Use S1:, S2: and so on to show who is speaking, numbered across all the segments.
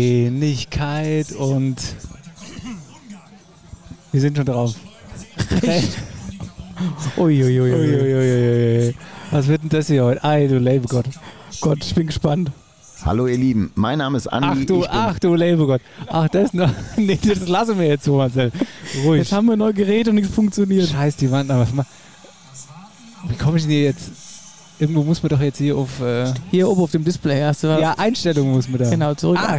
S1: Einigkeit und wir sind schon drauf.
S2: Uiuiui.
S1: Uiuiuiui. Was wird denn das hier heute? Ei, du Labelgott.
S2: Gott, ich bin gespannt.
S3: Hallo ihr Lieben, mein Name ist
S1: Ach
S2: Hm,
S3: Andi.
S1: du,
S3: ich bin
S1: ach du Labelgott. Ach, das noch. Nee, das lassen wir jetzt so, Marcel. Ruhig.
S2: Jetzt haben wir neu geredet und nichts funktioniert.
S1: Scheiß die Wand, aber was ma- Wie komme ich denn hier jetzt? Irgendwo muss man doch jetzt hier auf. Äh,
S2: Hier oben auf dem Display hast du
S1: ja, Einstellung muss man da.
S2: genau zurück.
S1: Ah,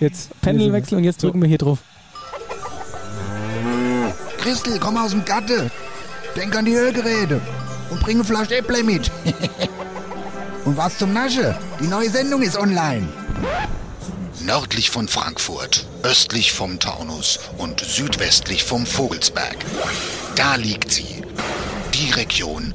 S1: jetzt.
S2: Pendelwechsel und jetzt drücken wir hier drauf.
S4: Christel, komm aus dem Gatte. Denk an die Ölgeräte. Und bringe eine Flasche Äpple mit. und was zum Nasche? Die neue Sendung ist online.
S5: Nördlich von Frankfurt, östlich vom Taunus und südwestlich vom Vogelsberg. Da liegt sie. Die Region,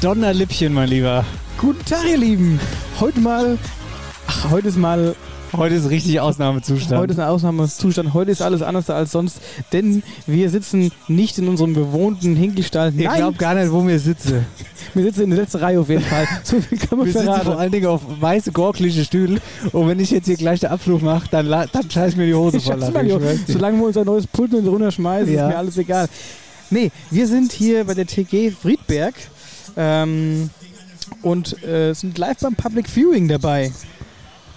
S1: Donnerlippchen, mein Lieber.
S2: Guten Tag, ihr Lieben. Heute mal. Ach, heute ist mal.
S1: Heute ist richtig Ausnahmezustand.
S2: Heute ist ein Ausnahmezustand. Heute ist alles anders als sonst. Denn wir sitzen nicht in unserem bewohnten Hinkelstall.
S1: ich
S2: Nein,
S1: glaube gar nicht, wo wir sitzen.
S2: wir sitzen in der letzten Reihe auf jeden Fall. So viel kann man
S1: Wir sitzen vor
S2: verraten.
S1: allen Dingen auf weiße, gorkliche Stühle. Und wenn ich jetzt hier gleich den Abflug mache, dann, la- dann scheiß mir die Hose
S2: Ich
S1: voll.
S2: schaff's
S1: ab,
S2: mal,
S1: ich
S2: Jo.
S1: schwör's dir.
S2: Solange wir unser neues Pult nicht runterschmeißen,
S1: Ja.
S2: ist mir alles egal. Nee, wir sind hier bei der TG Friedberg ähm, und äh, sind live beim Public Viewing dabei.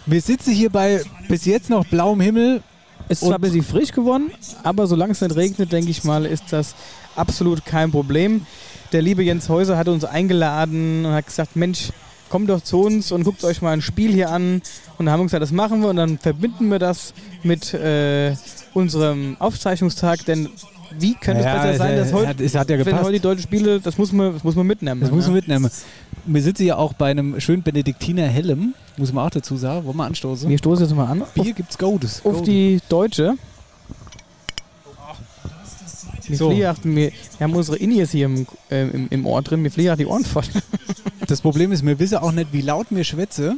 S1: wir sitzen hier bei bis jetzt noch blauem Himmel.
S2: Es ist zwar
S1: Und-
S2: ein bisschen frisch geworden, aber solange es nicht regnet, denke ich mal, ist das absolut kein Problem. Der liebe Jens Häuser hat uns eingeladen und hat gesagt, Mensch, kommt doch zu uns und guckt euch mal ein Spiel hier an. Und dann haben wir gesagt, das machen wir und dann verbinden wir das mit äh, unserem Aufzeichnungstag, denn wie könnte es besser sein, dass heute,
S1: Es äh, hat ja
S2: wenn
S1: gepasst.
S2: heute die deutschen Spiele, das muss man, das muss man mitnehmen.
S1: Das
S2: ne?
S1: muss man mitnehmen. Wir sitzen ja auch bei einem schönen Benediktiner Hellem, muss man auch dazu sagen. Wollen wir anstoßen?
S2: wir stoßen jetzt mal an auf,
S1: Bier gibt's Goldes.
S2: auf die deutsche. Mir
S1: So.
S2: flieht, mir, wir haben unsere Indies hier im, äh, im, im Ohr drin, mir flieht die Ohren voll.
S1: Das Problem ist, mir wisse auch nicht, wie laut mir schwätze.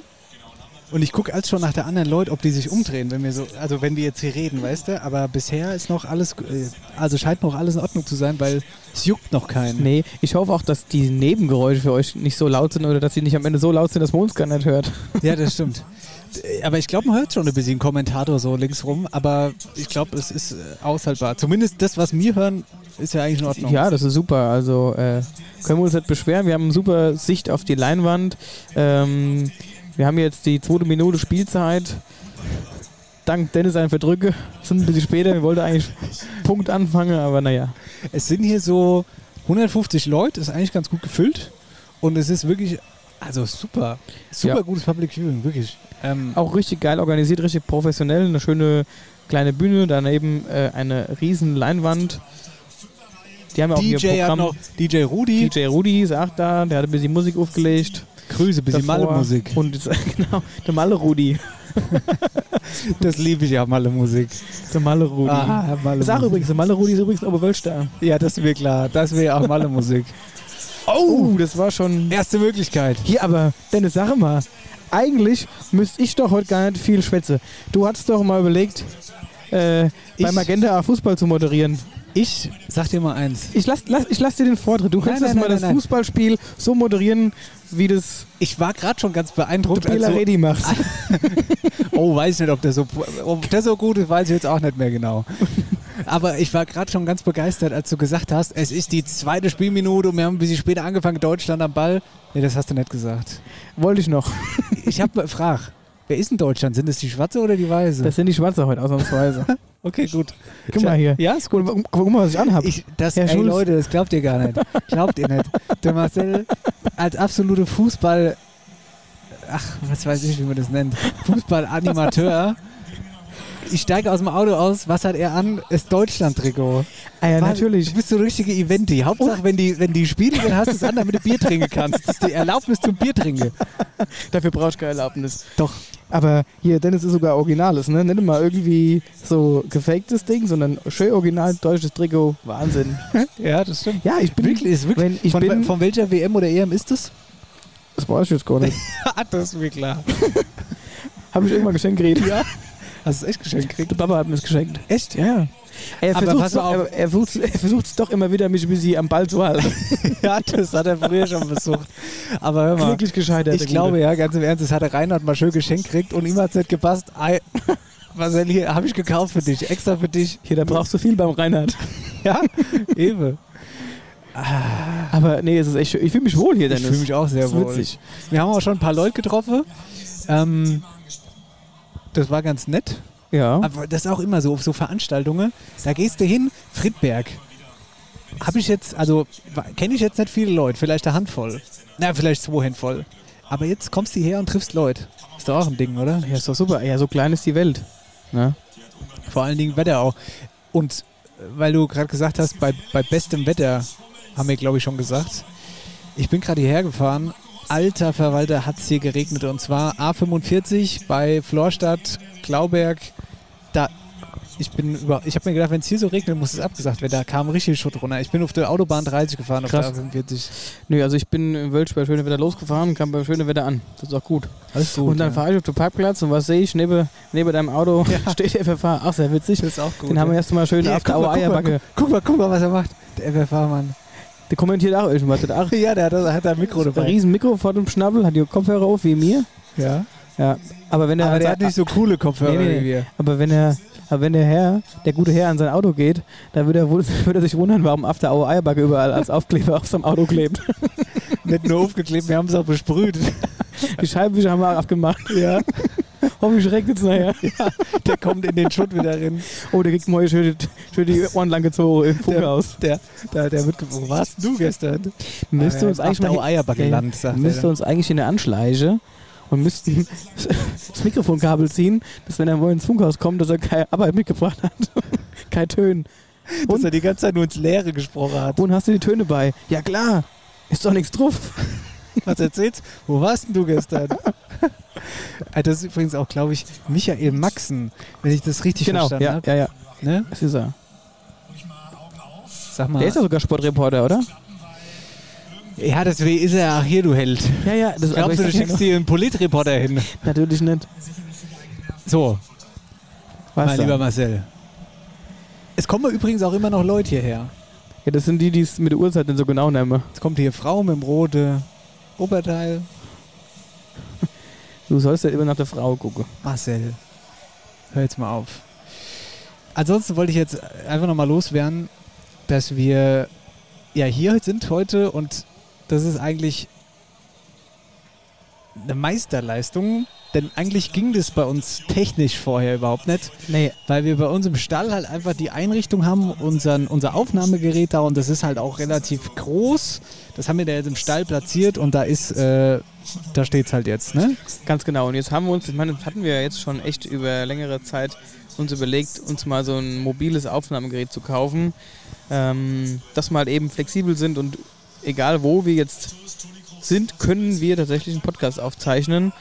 S1: Und ich gucke als schon nach der anderen Leute, ob die sich umdrehen, wenn wir so, also wenn wir jetzt hier reden, weißt du? Aber bisher ist noch alles, äh, also scheint noch alles in Ordnung zu sein, weil es juckt noch keinen.
S2: Nee, ich hoffe auch, dass die Nebengeräusche für euch nicht so laut sind oder dass sie nicht am Ende so laut sind, dass man uns gar nicht hört.
S1: Ja, das stimmt. Äh, Aber ich glaube, man hört schon ein bisschen Kommentator so links rum, aber ich glaube, es ist äh, aushaltbar. Zumindest das, was wir hören, ist ja eigentlich in Ordnung.
S2: Ja, das ist super. Also äh, können wir uns nicht beschweren. Wir haben eine super Sicht auf die Leinwand. Ähm, wir haben jetzt die zweite Minute Spielzeit. Dank Dennis ein Verdrücke. Sind ein bisschen später. Wir wollten eigentlich Punkt anfangen, aber naja.
S1: Es sind hier so 150 Leute, ist eigentlich ganz gut gefüllt und es ist wirklich, also super, super
S2: Ja.
S1: gutes Public Viewing, wirklich. Ähm,
S2: Auch richtig geil organisiert, richtig professionell. Eine schöne kleine Bühne, daneben äh, eine riesen Leinwand. Die haben ja auch
S1: DJ
S2: ihr
S1: hat
S2: Programm.
S1: noch, DJ Rudi,
S2: DJ Rudi ist auch da, der hat ein bisschen Musik aufgelegt.
S1: Grüße, bisschen
S2: davor.
S1: Malle-Musik.
S2: Und jetzt, genau, der Malle Rudi.
S1: Das liebe ich ja, Malle-Musik.
S2: Der Malle Rudi.
S1: Aha,
S2: Das ist auch
S1: Malle-Musik.
S2: Ah. übrigens, der Malle Rudi ist übrigens Oberwölster.
S1: Ja, das wäre klar, das wäre auch Malle-Musik.
S2: Oh, das war schon.
S1: Erste Möglichkeit.
S2: Hier aber, Dennis, sag mal, eigentlich müsste ich doch heute gar nicht viel schwätze. Du hattest doch mal überlegt, äh,
S1: Ich-
S2: beim Magenta A Fußball zu moderieren.
S1: Ich sag dir mal eins.
S2: Ich lass, lass, ich lass dir den Vortritt. Du
S1: Nein,
S2: kannst
S1: nein,
S2: das mal
S1: nein,
S2: das
S1: nein, nein.
S2: Fußballspiel so moderieren, wie das
S1: Ich war gerade schon ganz beeindruckt.
S2: Bela
S1: als so-
S2: Redi macht.
S1: Oh, weiß nicht, ob der so, ob der so gut ist, weiß ich jetzt auch nicht mehr genau. Aber ich war gerade schon ganz begeistert, als du gesagt hast, es ist die zweite Spielminute und wir haben ein bisschen später angefangen, Deutschland am Ball. Nee, das hast du nicht gesagt.
S2: Wollte ich noch.
S1: Ich habe gefragt, wer ist in Deutschland? Sind es die Schwarze oder die Weiße?
S2: Das sind die Schwarze heute, ausnahmsweise.
S1: okay, gut.
S2: Guck mal hier.
S1: Ja, ist gut.
S2: Guck, guck mal, was ich anhab.
S1: Ich, äh, das,
S2: Herr
S1: ey,
S2: Schulz.
S1: Leute, das glaubt ihr gar nicht. Glaubt ihr nicht. Der Marcel als absolute Fußball... Ach, was weiß ich, wie man das nennt. Fußballanimateur Ich steige aus dem Auto aus, was hat er an? Ist Deutschland-Trikot.
S2: Ah ja,
S1: Mann,
S2: natürlich.
S1: Du bist so eine richtige Eventi. Hauptsache, wenn die, wenn die spielen, dann hast du es an, damit du Bier trinken kannst. Das ist die Erlaubnis zum Bier trinken.
S2: Dafür brauchst du keine Erlaubnis.
S1: Doch.
S2: Aber hier, Dennis ist sogar Originales, ne? Nicht mal irgendwie so gefaktes Ding, sondern schön original deutsches Trikot. Wahnsinn.
S1: Ja, das stimmt.
S2: Ja, ich bin.
S1: Wirklich, ist wirklich.
S2: Wenn ich
S1: von,
S2: bin,
S1: von welcher WM oder EM ist das?
S2: das weiß ich jetzt gar nicht.
S1: Ah, das ist mir klar.
S2: Habe ich irgendwann geschenkt gekriegt. Ja.
S1: Hast du es echt geschenkt gekriegt?
S2: Der Papa hat mir es geschenkt.
S1: Echt?
S2: Ja. Er
S1: Aber
S2: versucht
S1: pass
S2: es doch,
S1: auf.
S2: er, er versucht's- er versucht's doch immer wieder, mich ein bisschen am Ball zu halten.
S1: Ja, das hat er früher schon versucht. Aber hör mal.
S2: Glücklich gescheitert.
S1: Ich
S2: der
S1: glaube ja, ganz im Ernst, das hat der Reinhard mal schön geschenkt gekriegt und ihm hat es nicht gepasst. Ei, Marcel, hier, habe ich gekauft für dich, extra für dich.
S2: Gute. Hier, da brauchst du viel beim Reinhard.
S1: Ja, Ewe.
S2: Aber nee, es ist echt schön. Ich fühle mich wohl hier, Dennis.
S1: Ich fühle mich auch sehr
S2: Das ist
S1: wohl.
S2: witzig.
S1: Wir haben auch schon ein paar Leute getroffen. Ähm, das war ganz nett.
S2: Ja.
S1: Aber das ist auch immer so, auf so Veranstaltungen. Da gehst du hin, Friedberg. Habe ich jetzt, also kenne ich jetzt nicht viele Leute, vielleicht eine Handvoll. Na, vielleicht zwei Handvoll. Aber jetzt kommst du hierher und triffst Leute. Ist doch auch ein Ding, oder?
S2: Ja, ist doch super. Ja, so klein ist die Welt. Ne?
S1: Vor allen Dingen Wetter auch. Und äh, weil du gerade gesagt hast, bei, bei bestem Wetter, haben wir glaube ich schon gesagt, ich bin gerade hierher gefahren. Alter Verwalter hat es hier geregnet und zwar A45 bei Florstadt, Glauberg. Da, ich bin über, ich habe mir gedacht, wenn es hier so regnet, muss es abgesagt werden. Da kam richtig Schutt runter. Ich bin auf der Autobahn 30 gefahren,
S2: Krass.
S1: auf der A45.
S2: Nö, also ich bin in Wölsch bei schönem Wetter losgefahren, kam bei schönem Wetter an. Das ist auch gut.
S1: Alles gut.
S2: und dann fahre ich auf den Parkplatz und was sehe ich? Neben, neben deinem Auto steht der FFH. Ach, sehr witzig.
S1: Das ist auch gut.
S2: Den haben wir erstmal schön
S1: Hier,
S2: auf der
S1: guck mal, guck mal,
S2: Eierbacke.
S1: Guck mal, guck mal, was er macht. Der FFH-Mann.
S2: Der kommentiert auch irgendwas. Der hat
S1: Ja, der hat, hat da ein Mikro
S2: auch ein
S1: dabei.
S2: riesen Mikro vor dem Schnabel, hat die Kopfhörer auf wie mir.
S1: Ja.
S2: Ja, aber wenn er
S1: Aber
S2: halt
S1: der
S2: sa-
S1: hat nicht so coole Kopfhörer
S2: Nee, nee,
S1: wie
S2: nee.
S1: wir.
S2: aber wenn er aber wenn der Herr, der gute Herr an sein Auto geht, dann würde er, wohl- würde er sich wundern, warum After Hour Eierbacke überall als Aufkleber auf seinem Auto klebt.
S1: Nicht nur aufgeklebt, wir haben es auch besprüht.
S2: Die Scheibenwischer haben wir abgemacht. Ja. Hoffentlich regnet es nachher.
S1: Der kommt in den Schutt wieder rein.
S2: Oh, der kriegt mal hier schön, die- schön die Ohren lang gezogen im Funkhaus.
S1: Der, der, der wird ge- Wo warst du gestern? Ah,
S2: Müsste uns eigentlich mal
S1: Eierbacke
S2: Ja,
S1: Land, sagt
S2: müsste
S1: er.
S2: uns eigentlich in der Anschleiche und müssten das Mikrofonkabel ziehen, dass wenn er wohl ins Funkhaus kommt, dass er keine Arbeit mitgebracht hat. keine Töne.
S1: Dass er die ganze Zeit nur ins Leere gesprochen hat.
S2: Und hast du die Töne bei? Ja klar, ist doch nichts drauf.
S1: Was erzählst Wo warst denn du gestern? Ah, das ist übrigens auch, glaube ich, Michael Maxen, wenn ich das richtig verstanden
S2: Genau. ja,
S1: habe.
S2: ja, ja,
S1: Ne?
S2: das ist er.
S1: Sag mal.
S2: Der ist ja sogar Sportreporter, oder?
S1: ja, deswegen ist er, ach hier, du Held.
S2: Ja, ja, das aber
S1: Glaubst du, du
S2: ich sag ja
S1: schickst dir einen Politreporter hin?
S2: noch- Natürlich nicht.
S1: So,
S2: Was
S1: mein
S2: da?
S1: lieber Marcel. Es kommen übrigens auch immer noch Leute hierher.
S2: Ja, das sind die, die es mit der Uhrzeit nicht so genau nehmen.
S1: Jetzt kommt hier Frau mit dem roten Oberteil.
S2: Du sollst ja immer nach der Frau gucken.
S1: Marcel, hör jetzt mal auf. Ansonsten wollte ich jetzt einfach nochmal loswerden, dass wir ja hier sind heute und das ist eigentlich eine Meisterleistung, denn eigentlich ging das bei uns technisch vorher überhaupt nicht.
S2: Nee,
S1: weil wir bei uns im Stall halt einfach die Einrichtung haben, unseren, unser Aufnahmegerät da und das ist halt auch relativ groß. Das haben wir da jetzt im Stall platziert und da ist, äh, da steht's halt jetzt, ne?
S2: Ganz genau. Und jetzt haben wir uns, ich meine, das hatten wir ja jetzt schon echt über längere Zeit uns überlegt, uns mal so ein mobiles Aufnahmegerät zu kaufen, ähm, dass wir halt eben flexibel sind und egal wo wir jetzt sind, können wir tatsächlich einen Podcast aufzeichnen.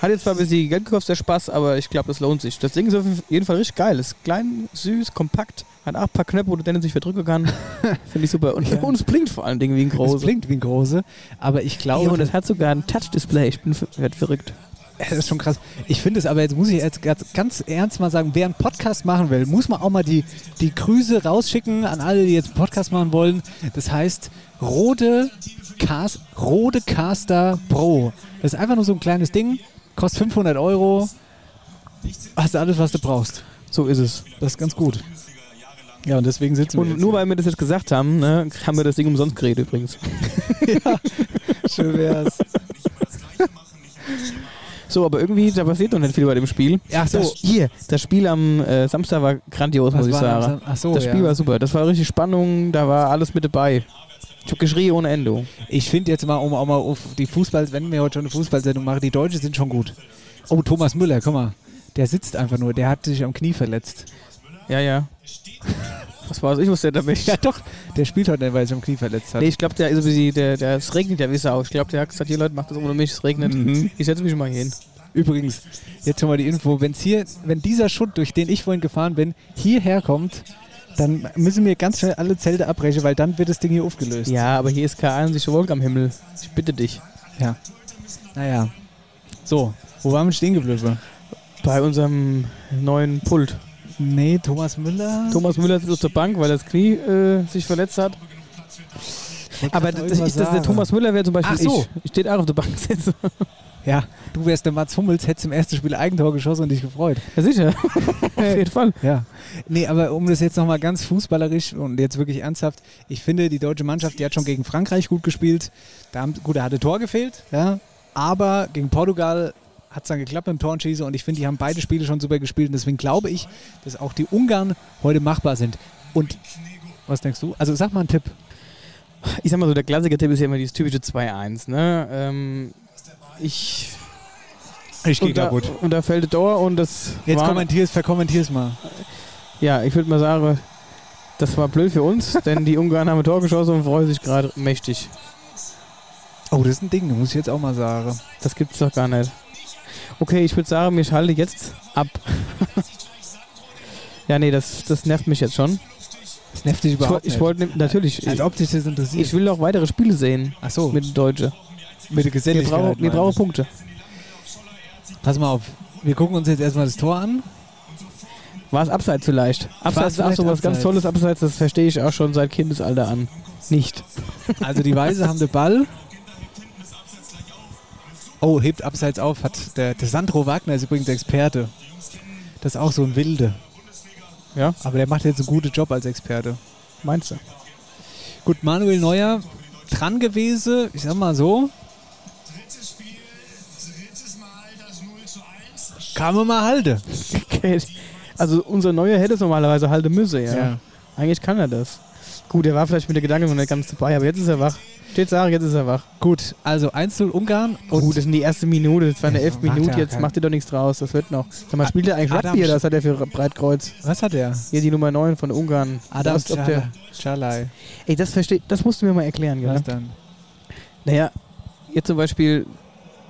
S2: Hat jetzt zwar ein bisschen Geld gekostet, der Spaß, aber ich glaube, das lohnt sich. Das Ding ist auf jeden Fall richtig geil. Ist klein, süß, kompakt, hat auch ein paar Knöpfe, wo der Dennis sich verdrücken kann. Finde ich super. Und,
S1: Ja.
S2: und es blinkt vor allen Dingen wie ein
S1: Das
S2: großer.
S1: klingt wie ein große, aber ich glaube,
S2: Ey, und es hat sogar ein Touch-Display. Ich bin ver- werd verrückt.
S1: das ist schon krass. Ich finde es aber jetzt muss ich jetzt ganz, ganz ernst mal sagen, wer einen Podcast machen will, muss man auch mal die, die Grüße rausschicken an alle, die jetzt einen Podcast machen wollen. Das heißt Rode, Cast, Rode Caster Pro. Das ist einfach nur so ein kleines Ding, kostet 500 Euro, hast alles, was du brauchst.
S2: So ist es.
S1: Das ist ganz gut. Ja, und deswegen sitzen
S2: Und nur weil wir das jetzt gesagt haben, ne, haben wir das Ding umsonst geredet übrigens.
S1: schön wär's.
S2: So, aber irgendwie, da passiert noch nicht viel bei dem Spiel.
S1: Ach so.
S2: Das, hier, das Spiel am äh, Samstag war grandios, muss ich sagen.
S1: Ach so,
S2: das Spiel
S1: Oh, ja.
S2: war super. Das war richtig Spannung, da war alles mit dabei. Ich hab geschrien ohne Ende.
S1: Ich finde jetzt mal, um auch mal auf die Fußball, wenn wir heute schon eine Fußballsendung machen, die Deutschen sind schon gut. Oh, Thomas Müller, guck mal. Der sitzt einfach nur, der hat sich am Knie verletzt.
S2: Ja, ja. Was war's? Ich wusste damit.
S1: Ja doch, der spielt heute, weil er sich am Knie verletzt hat.
S2: Nee, ich glaube, der ist wie der, der, es regnet ja Wisser auch. Ich glaube, der hat gesagt, hier Leute, macht das ohne mich, es regnet.
S1: Mhm.
S2: Ich setze mich mal hier hin.
S1: Übrigens, jetzt schon mal die Info, wenn's hier, wenn dieser Schutt, durch den ich vorhin gefahren bin, hierher kommt, dann müssen wir ganz schnell alle Zelte abbrechen, weil dann wird das Ding hier aufgelöst.
S2: Ja, aber hier ist keine einzige Wolke am Himmel. Ich bitte dich.
S1: ja. Naja. So, wo waren wir stehen geblieben?
S2: Bei unserem neuen Pult.
S1: Nee, Thomas Müller.
S2: Thomas Müller sitzt auf der Bank, weil das Knie äh, sich verletzt hat. Aber das, ich, das, der Thomas Müller wäre zum Beispiel
S1: Ach so.
S2: ich. Ich stehe auch auf der Bank sitzen.
S1: Ja, du wärst der Mats Hummels, hättest im ersten Spiel Eigentor geschossen und dich gefreut.
S2: Ja, sicher. auf jeden Fall.
S1: Ja. Nee, aber um das jetzt nochmal ganz fußballerisch und jetzt wirklich ernsthaft, ich finde, die deutsche Mannschaft, die hat schon gegen Frankreich gut gespielt. Da haben, gut, da hatte Tor gefehlt, ja. Aber gegen Portugal hat es dann geklappt mit dem Torschießen und ich finde, die haben beide Spiele schon super gespielt und deswegen glaube ich, dass auch die Ungarn heute machbar sind. Und was denkst du? Also sag mal einen Tipp.
S2: Ich sag mal so, der Klassiker-Tipp ist ja immer dieses typische 2-1. Ne? Ähm, ich.
S1: Ich
S2: und da, und da fällt das Tor und das.
S1: Jetzt
S2: war-
S1: kommentier's, verkommentier's mal.
S2: Ja, ich würde mal sagen, das war blöd für uns, denn die Ungarn haben ein Tor geschossen und freuen sich gerade mächtig.
S1: Oh, das ist ein Ding, muss ich jetzt auch mal sagen.
S2: Das gibt's doch gar nicht. Okay, ich würde sagen, ich schalte jetzt ab. ja, nee, das, das nervt mich jetzt schon.
S1: Das nervt dich
S2: Ich, woll-
S1: überhaupt
S2: ich
S1: nicht.
S2: wollte ne- natürlich.
S1: Als
S2: Ich,
S1: ob dich das interessiert.
S2: ich will auch weitere Spiele sehen
S1: Ach so,
S2: mit Deutsche.
S1: mit der
S2: Wir
S1: Geselligkeit.
S2: brauchen, wir
S1: meine
S2: brauchen
S1: ich.
S2: Punkte.
S1: Pass mal auf, wir gucken uns jetzt erstmal das Tor an.
S2: War es abseits vielleicht? Abseits ist auch
S1: vielleicht
S2: so was ganz
S1: abseits.
S2: Tolles. Abseits, das verstehe ich auch schon seit Kindesalter an. Nicht.
S1: Also die Weise haben den Ball. Oh, hebt abseits auf. Hat der, der Sandro Wagner ist übrigens Experte. Das ist auch so ein Wilde.
S2: Ja.
S1: Aber der macht jetzt einen guten Job als Experte.
S2: Meinst du?
S1: Gut, Manuel Neuer dran gewesen. Ich sag mal so. Kann man mal halten.
S2: Okay. Also unser Neuer hätte es normalerweise halten müssen, ja.
S1: Ja.
S2: Eigentlich kann er das. Gut, er war vielleicht mit der Gedanken noch nicht ganz dabei, aber jetzt ist er wach. Steht Sarah, jetzt ist er wach.
S1: Gut, also 1-0 Ungarn. Oh, Und
S2: Gut, das sind die erste Minute, das war eine
S1: Ja,
S2: elf
S1: macht
S2: Minute,
S1: ja
S2: jetzt
S1: keinen-
S2: macht ihr doch nichts draus, das wird noch. Sag mal, spielt er eigentlich
S1: Adam
S2: Rugby oder
S1: Sch-
S2: was hat er für Breitkreuz?
S1: was hat er?
S2: Hier die Nummer 9 von Ungarn.
S1: Adam
S2: Weißt, ob der,
S1: Schalai.
S2: Ey, das versteht, das mussten wir mal erklären, gell?
S1: Was dann?
S2: Naja, jetzt zum Beispiel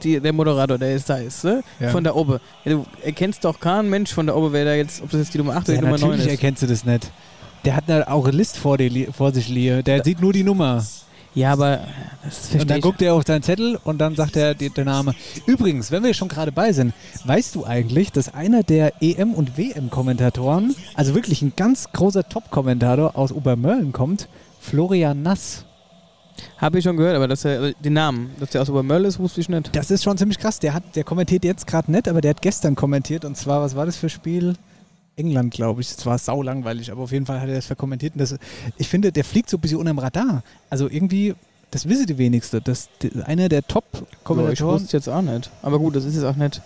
S2: die, der Moderator, der ist da ist, ne?
S1: Ja.
S2: Von der Obe. Ja, du erkennst doch keinen Mensch von der Obe, wer da jetzt, ob das jetzt die Nummer 8 oder
S1: Ja,
S2: die Nummer 9
S1: natürlich
S2: ist.
S1: erkennst du das nicht. Der hat eine, auch eine List vor, dir li- vor sich liegen. Der sieht nur die Nummer.
S2: Ja, aber das
S1: Und
S2: verstehe
S1: dann
S2: ich.
S1: guckt er auf seinen Zettel und dann sagt er die, der Name. Übrigens, wenn wir schon gerade bei sind, weißt du eigentlich, dass einer der EM- und WM-Kommentatoren, also wirklich ein ganz großer Top-Kommentator aus Obermörlen kommt, Florian Nass.
S2: Habe ich schon gehört, aber dass er also den Namen, dass der aus Obermöll ist, wusste ich nicht.
S1: Das ist schon ziemlich krass. Der, hat, der kommentiert jetzt gerade nicht, aber der hat gestern kommentiert. Und zwar, was war das für ein Spiel? England, glaube ich. Es war sau langweilig, aber auf jeden Fall hat er das verkommentiert. Und das, ich finde, der fliegt so ein bisschen unterm Radar. Also irgendwie, das wissen die wenigsten. Das, die- einer der
S2: Ja, ich wusste
S1: Top-Kommentatoren.
S2: es jetzt auch nicht. Aber gut, das ist jetzt auch nicht.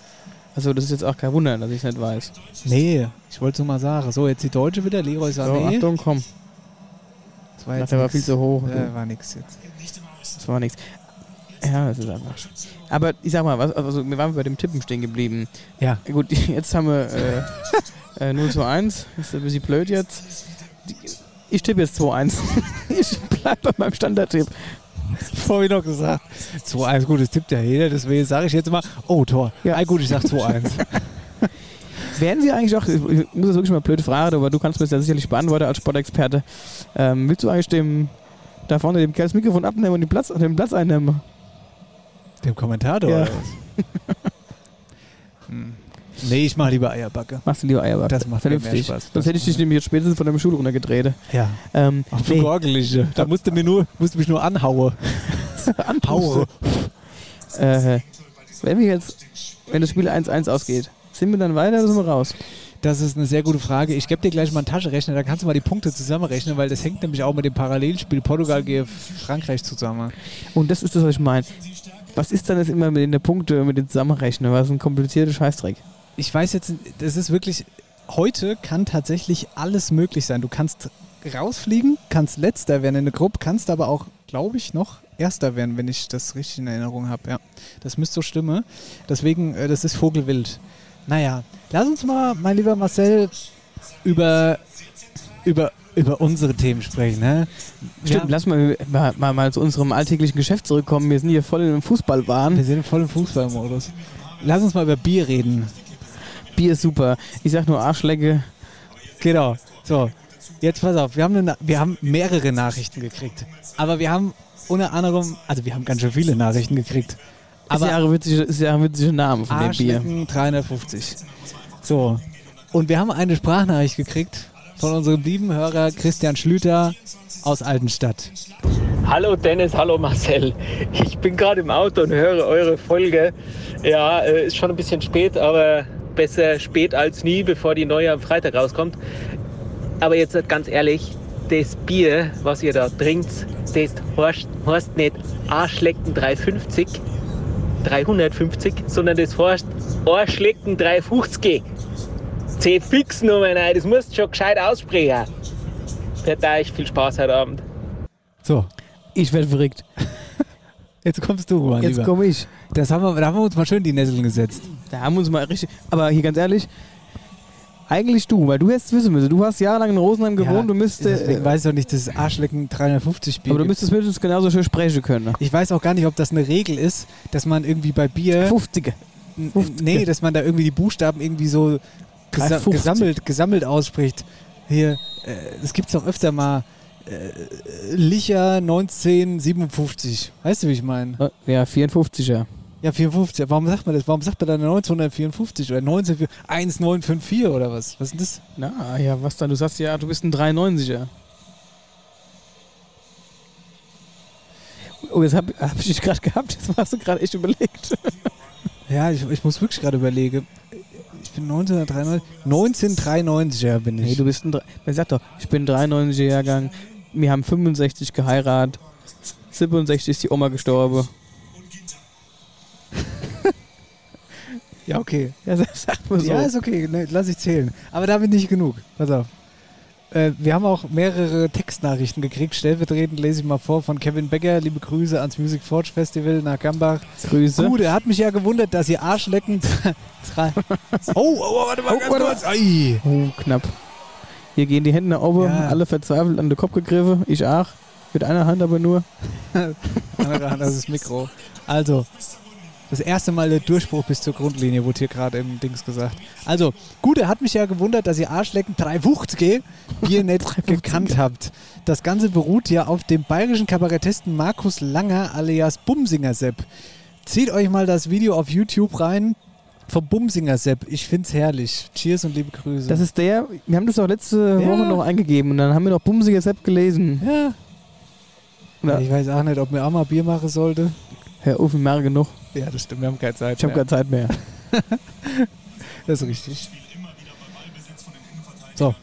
S2: Also das ist jetzt auch kein Wunder, dass ich es nicht weiß.
S1: nee, ich wollte es nur mal sagen. So, jetzt die Deutsche wieder. Leroy
S2: So,
S1: Sané.
S2: Achtung, komm.
S1: das war
S2: Das war
S1: nix.
S2: viel zu hoch.
S1: Ja, war nix jetzt.
S2: Das war nichts. Ja, das ist einfach. Aber ich sag mal, was, also wir waren bei dem Tippen stehen geblieben.
S1: Ja.
S2: Gut, jetzt haben wir äh, äh, 0 zu 1. Ist ein bisschen blöd jetzt. Ich tippe jetzt 2-1. Ich bleib bei meinem Standardtipp.
S1: Vorhin noch gesagt. 2-1, gut, das tippt ja jeder. Deswegen sage ich jetzt mal, oh, Tor.
S2: Ja.
S1: Ja, gut, ich sag 2-1.
S2: Werden Sie eigentlich auch, ich ich muss das wirklich mal blöd fragen, aber du kannst mir das ja sicherlich beantworten als Sportexperte. Ähm, willst du eigentlich dem, da vorne dem Kerl das Mikrofon abnehmen und den Platz, den Platz einnehmen?
S1: Dem Kommentator?
S2: Ja.
S1: oder was? Hm. nee, ich mache lieber Eierbacke.
S2: Machst du lieber Eierbach?
S1: Das macht mir mehr
S2: vernünftig.
S1: Spaß.
S2: Sonst hätte ich dich nämlich jetzt spätestens von deinem Schuh runtergedreht.
S1: Ja.
S2: Ähm,
S1: Auf die Gorgeliche. Da musst du, mir nur, musst du mich nur anhauen. Anhauen.
S2: äh, wenn wir jetzt, wenn das Spiel 1-1 ausgeht, sind wir dann weiter oder sind wir raus?
S1: Das ist eine sehr gute Frage. Ich gebe dir gleich mal einen Taschenrechner, da kannst du mal die Punkte zusammenrechnen, weil das hängt nämlich auch mit dem Parallelspiel Portugal gegen Frankreich zusammen.
S2: Und das ist das, was ich meine. Was ist dann jetzt immer mit den Punkten, mit den Zusammenrechnen? Was ein komplizierter Scheißdreck.
S1: Ich weiß jetzt, das ist wirklich, heute kann tatsächlich alles möglich sein. Du kannst rausfliegen, kannst letzter werden in der Gruppe, kannst aber auch, glaube ich, noch erster werden, wenn ich das richtig in Erinnerung habe. Ja, das müsste so stimmen. Deswegen, äh, das ist Vogelwild. Naja, lass uns mal, mein lieber Marcel, über, über, über unsere Themen sprechen. Ne?
S2: Stimmt,
S1: ja,
S2: lass mal, mal, mal, mal zu unserem alltäglichen Geschäft zurückkommen. Wir sind hier voll in einem
S1: wir
S2: Fußballwahn.
S1: sind voll im Fußballmodus. Lass uns mal über Bier reden.
S2: Bier ist super. Ich sag nur Arschlecke.
S1: Genau. So, jetzt pass auf, wir haben, eine, Na- wir haben mehrere Nachrichten gekriegt. Aber wir haben unter anderem, also wir haben ganz schön viele Nachrichten gekriegt.
S2: ist ja
S1: Aber
S2: ein witziger, ist ja ein witziger Name von dem Bier.
S1: Arschlecken 350. So. Und wir haben eine Sprachnachricht gekriegt von unserem lieben Hörer Christian Schlüter aus Altenstadt.
S6: Hallo Dennis, hallo Marcel. Ich bin gerade im Auto und höre eure Folge. Ja, äh, ist schon ein bisschen spät, aber besser spät als nie, bevor die neue am Freitag rauskommt. Aber jetzt ganz ehrlich, das Bier, was ihr da trinkt, das heißt, heißt nicht Arschlecken 350, 350, sondern das heißt Arschlecken 350. C fix Nummer, nein, das musst du schon gescheit aussprechen. Für euch viel Spaß heute Abend.
S1: So,
S2: Ich werde verrückt.
S1: jetzt kommst du, mein
S2: Jetzt
S1: Lieber.
S2: komme ich.
S1: Das haben wir, da haben wir uns mal schön die Nesseln gesetzt.
S2: Da haben wir uns mal richtig. Aber hier ganz ehrlich, eigentlich du, weil du hättest wissen müssen. Du hast jahrelang in Rosenheim gewohnt, du müsstest.
S1: Deswegen weiß ich doch nicht, dass es Arschlecken 350 Bier
S2: aber du
S1: gibt.
S2: müsstest mindestens genauso schön sprechen können.
S1: Ich weiß auch gar nicht, ob das eine Regel ist, dass man irgendwie bei Bier.
S2: 50er.
S1: N-
S2: 50.
S1: Nee, dass man da irgendwie die Buchstaben irgendwie so gesa
S2: 350.
S1: gesammelt, gesammelt ausspricht. Hier, äh, das gibt's doch öfter mal. Äh, Licher 1957. Weißt du, wie ich meine?
S2: Äh, Ja, 54er.
S1: Ja, 54. Warum sagt man das? Warum sagt man dann 1954 oder 19, 1954 oder was? Was ist denn das?
S2: Na, ja, was dann? Du sagst ja, du bist ein 93er. Oh, jetzt hab, hab ich dich gerade gehabt, jetzt hast du gerade echt überlegt.
S1: Ja, ich, ich muss wirklich gerade überlegen. Ich bin 1993. 1993er bin
S2: Nee,
S1: ich.
S2: du bist ein. Dre- Wer sagt doch, ich bin 93er Jahrgang, wir haben 65 geheiratet, 67 ist die Oma gestorben.
S1: ja, okay.
S2: Ja, sag, sag mal so.
S1: Ja, ist okay, ne, lass ich zählen. Aber damit nicht genug. Pass auf. Äh, wir haben auch mehrere Textnachrichten gekriegt. Stellvertretend lese ich mal vor von Kevin Becker. Liebe Grüße ans Music Forge Festival nach Gambach.
S2: Grüße.
S1: Gut, er hat mich ja gewundert, dass ihr Arschlecken. drei- oh, oh, warte mal, ganz kurz. Ei.
S2: Oh, knapp. Hier gehen die Hände nach oben,
S1: Ja.
S2: alle verzweifelt an den Kopf gegriffen. Ich auch. Mit einer Hand aber nur.
S1: Andere Hand, das ist Mikro. Also, das erste Mal der Durchbruch bis zur Grundlinie wurde hier gerade im Dings gesagt. Also, gut, er hat mich ja gewundert, dass ihr Arschlecken 350G Bier nicht gekannt habt. Das Ganze beruht ja auf dem bayerischen Kabarettisten Markus Langer alias Bumsinger Sepp. Zieht euch mal das Video auf YouTube rein vom Bumsinger Sepp. Ich find's herrlich. Cheers und liebe Grüße.
S2: Das ist der, wir haben das auch letzte
S1: Ja.
S2: Woche noch eingegeben und dann haben wir noch Bumsiger Sepp gelesen.
S1: ja.
S2: Ja.
S1: Ich weiß auch nicht, ob mir auch mal Bier machen sollte.
S2: Herr Uffen, mehr genug.
S1: Ja, das stimmt. Wir haben keine Zeit.
S2: Ich habe
S1: mehr.
S2: keine Zeit mehr.
S1: Das ist richtig. So,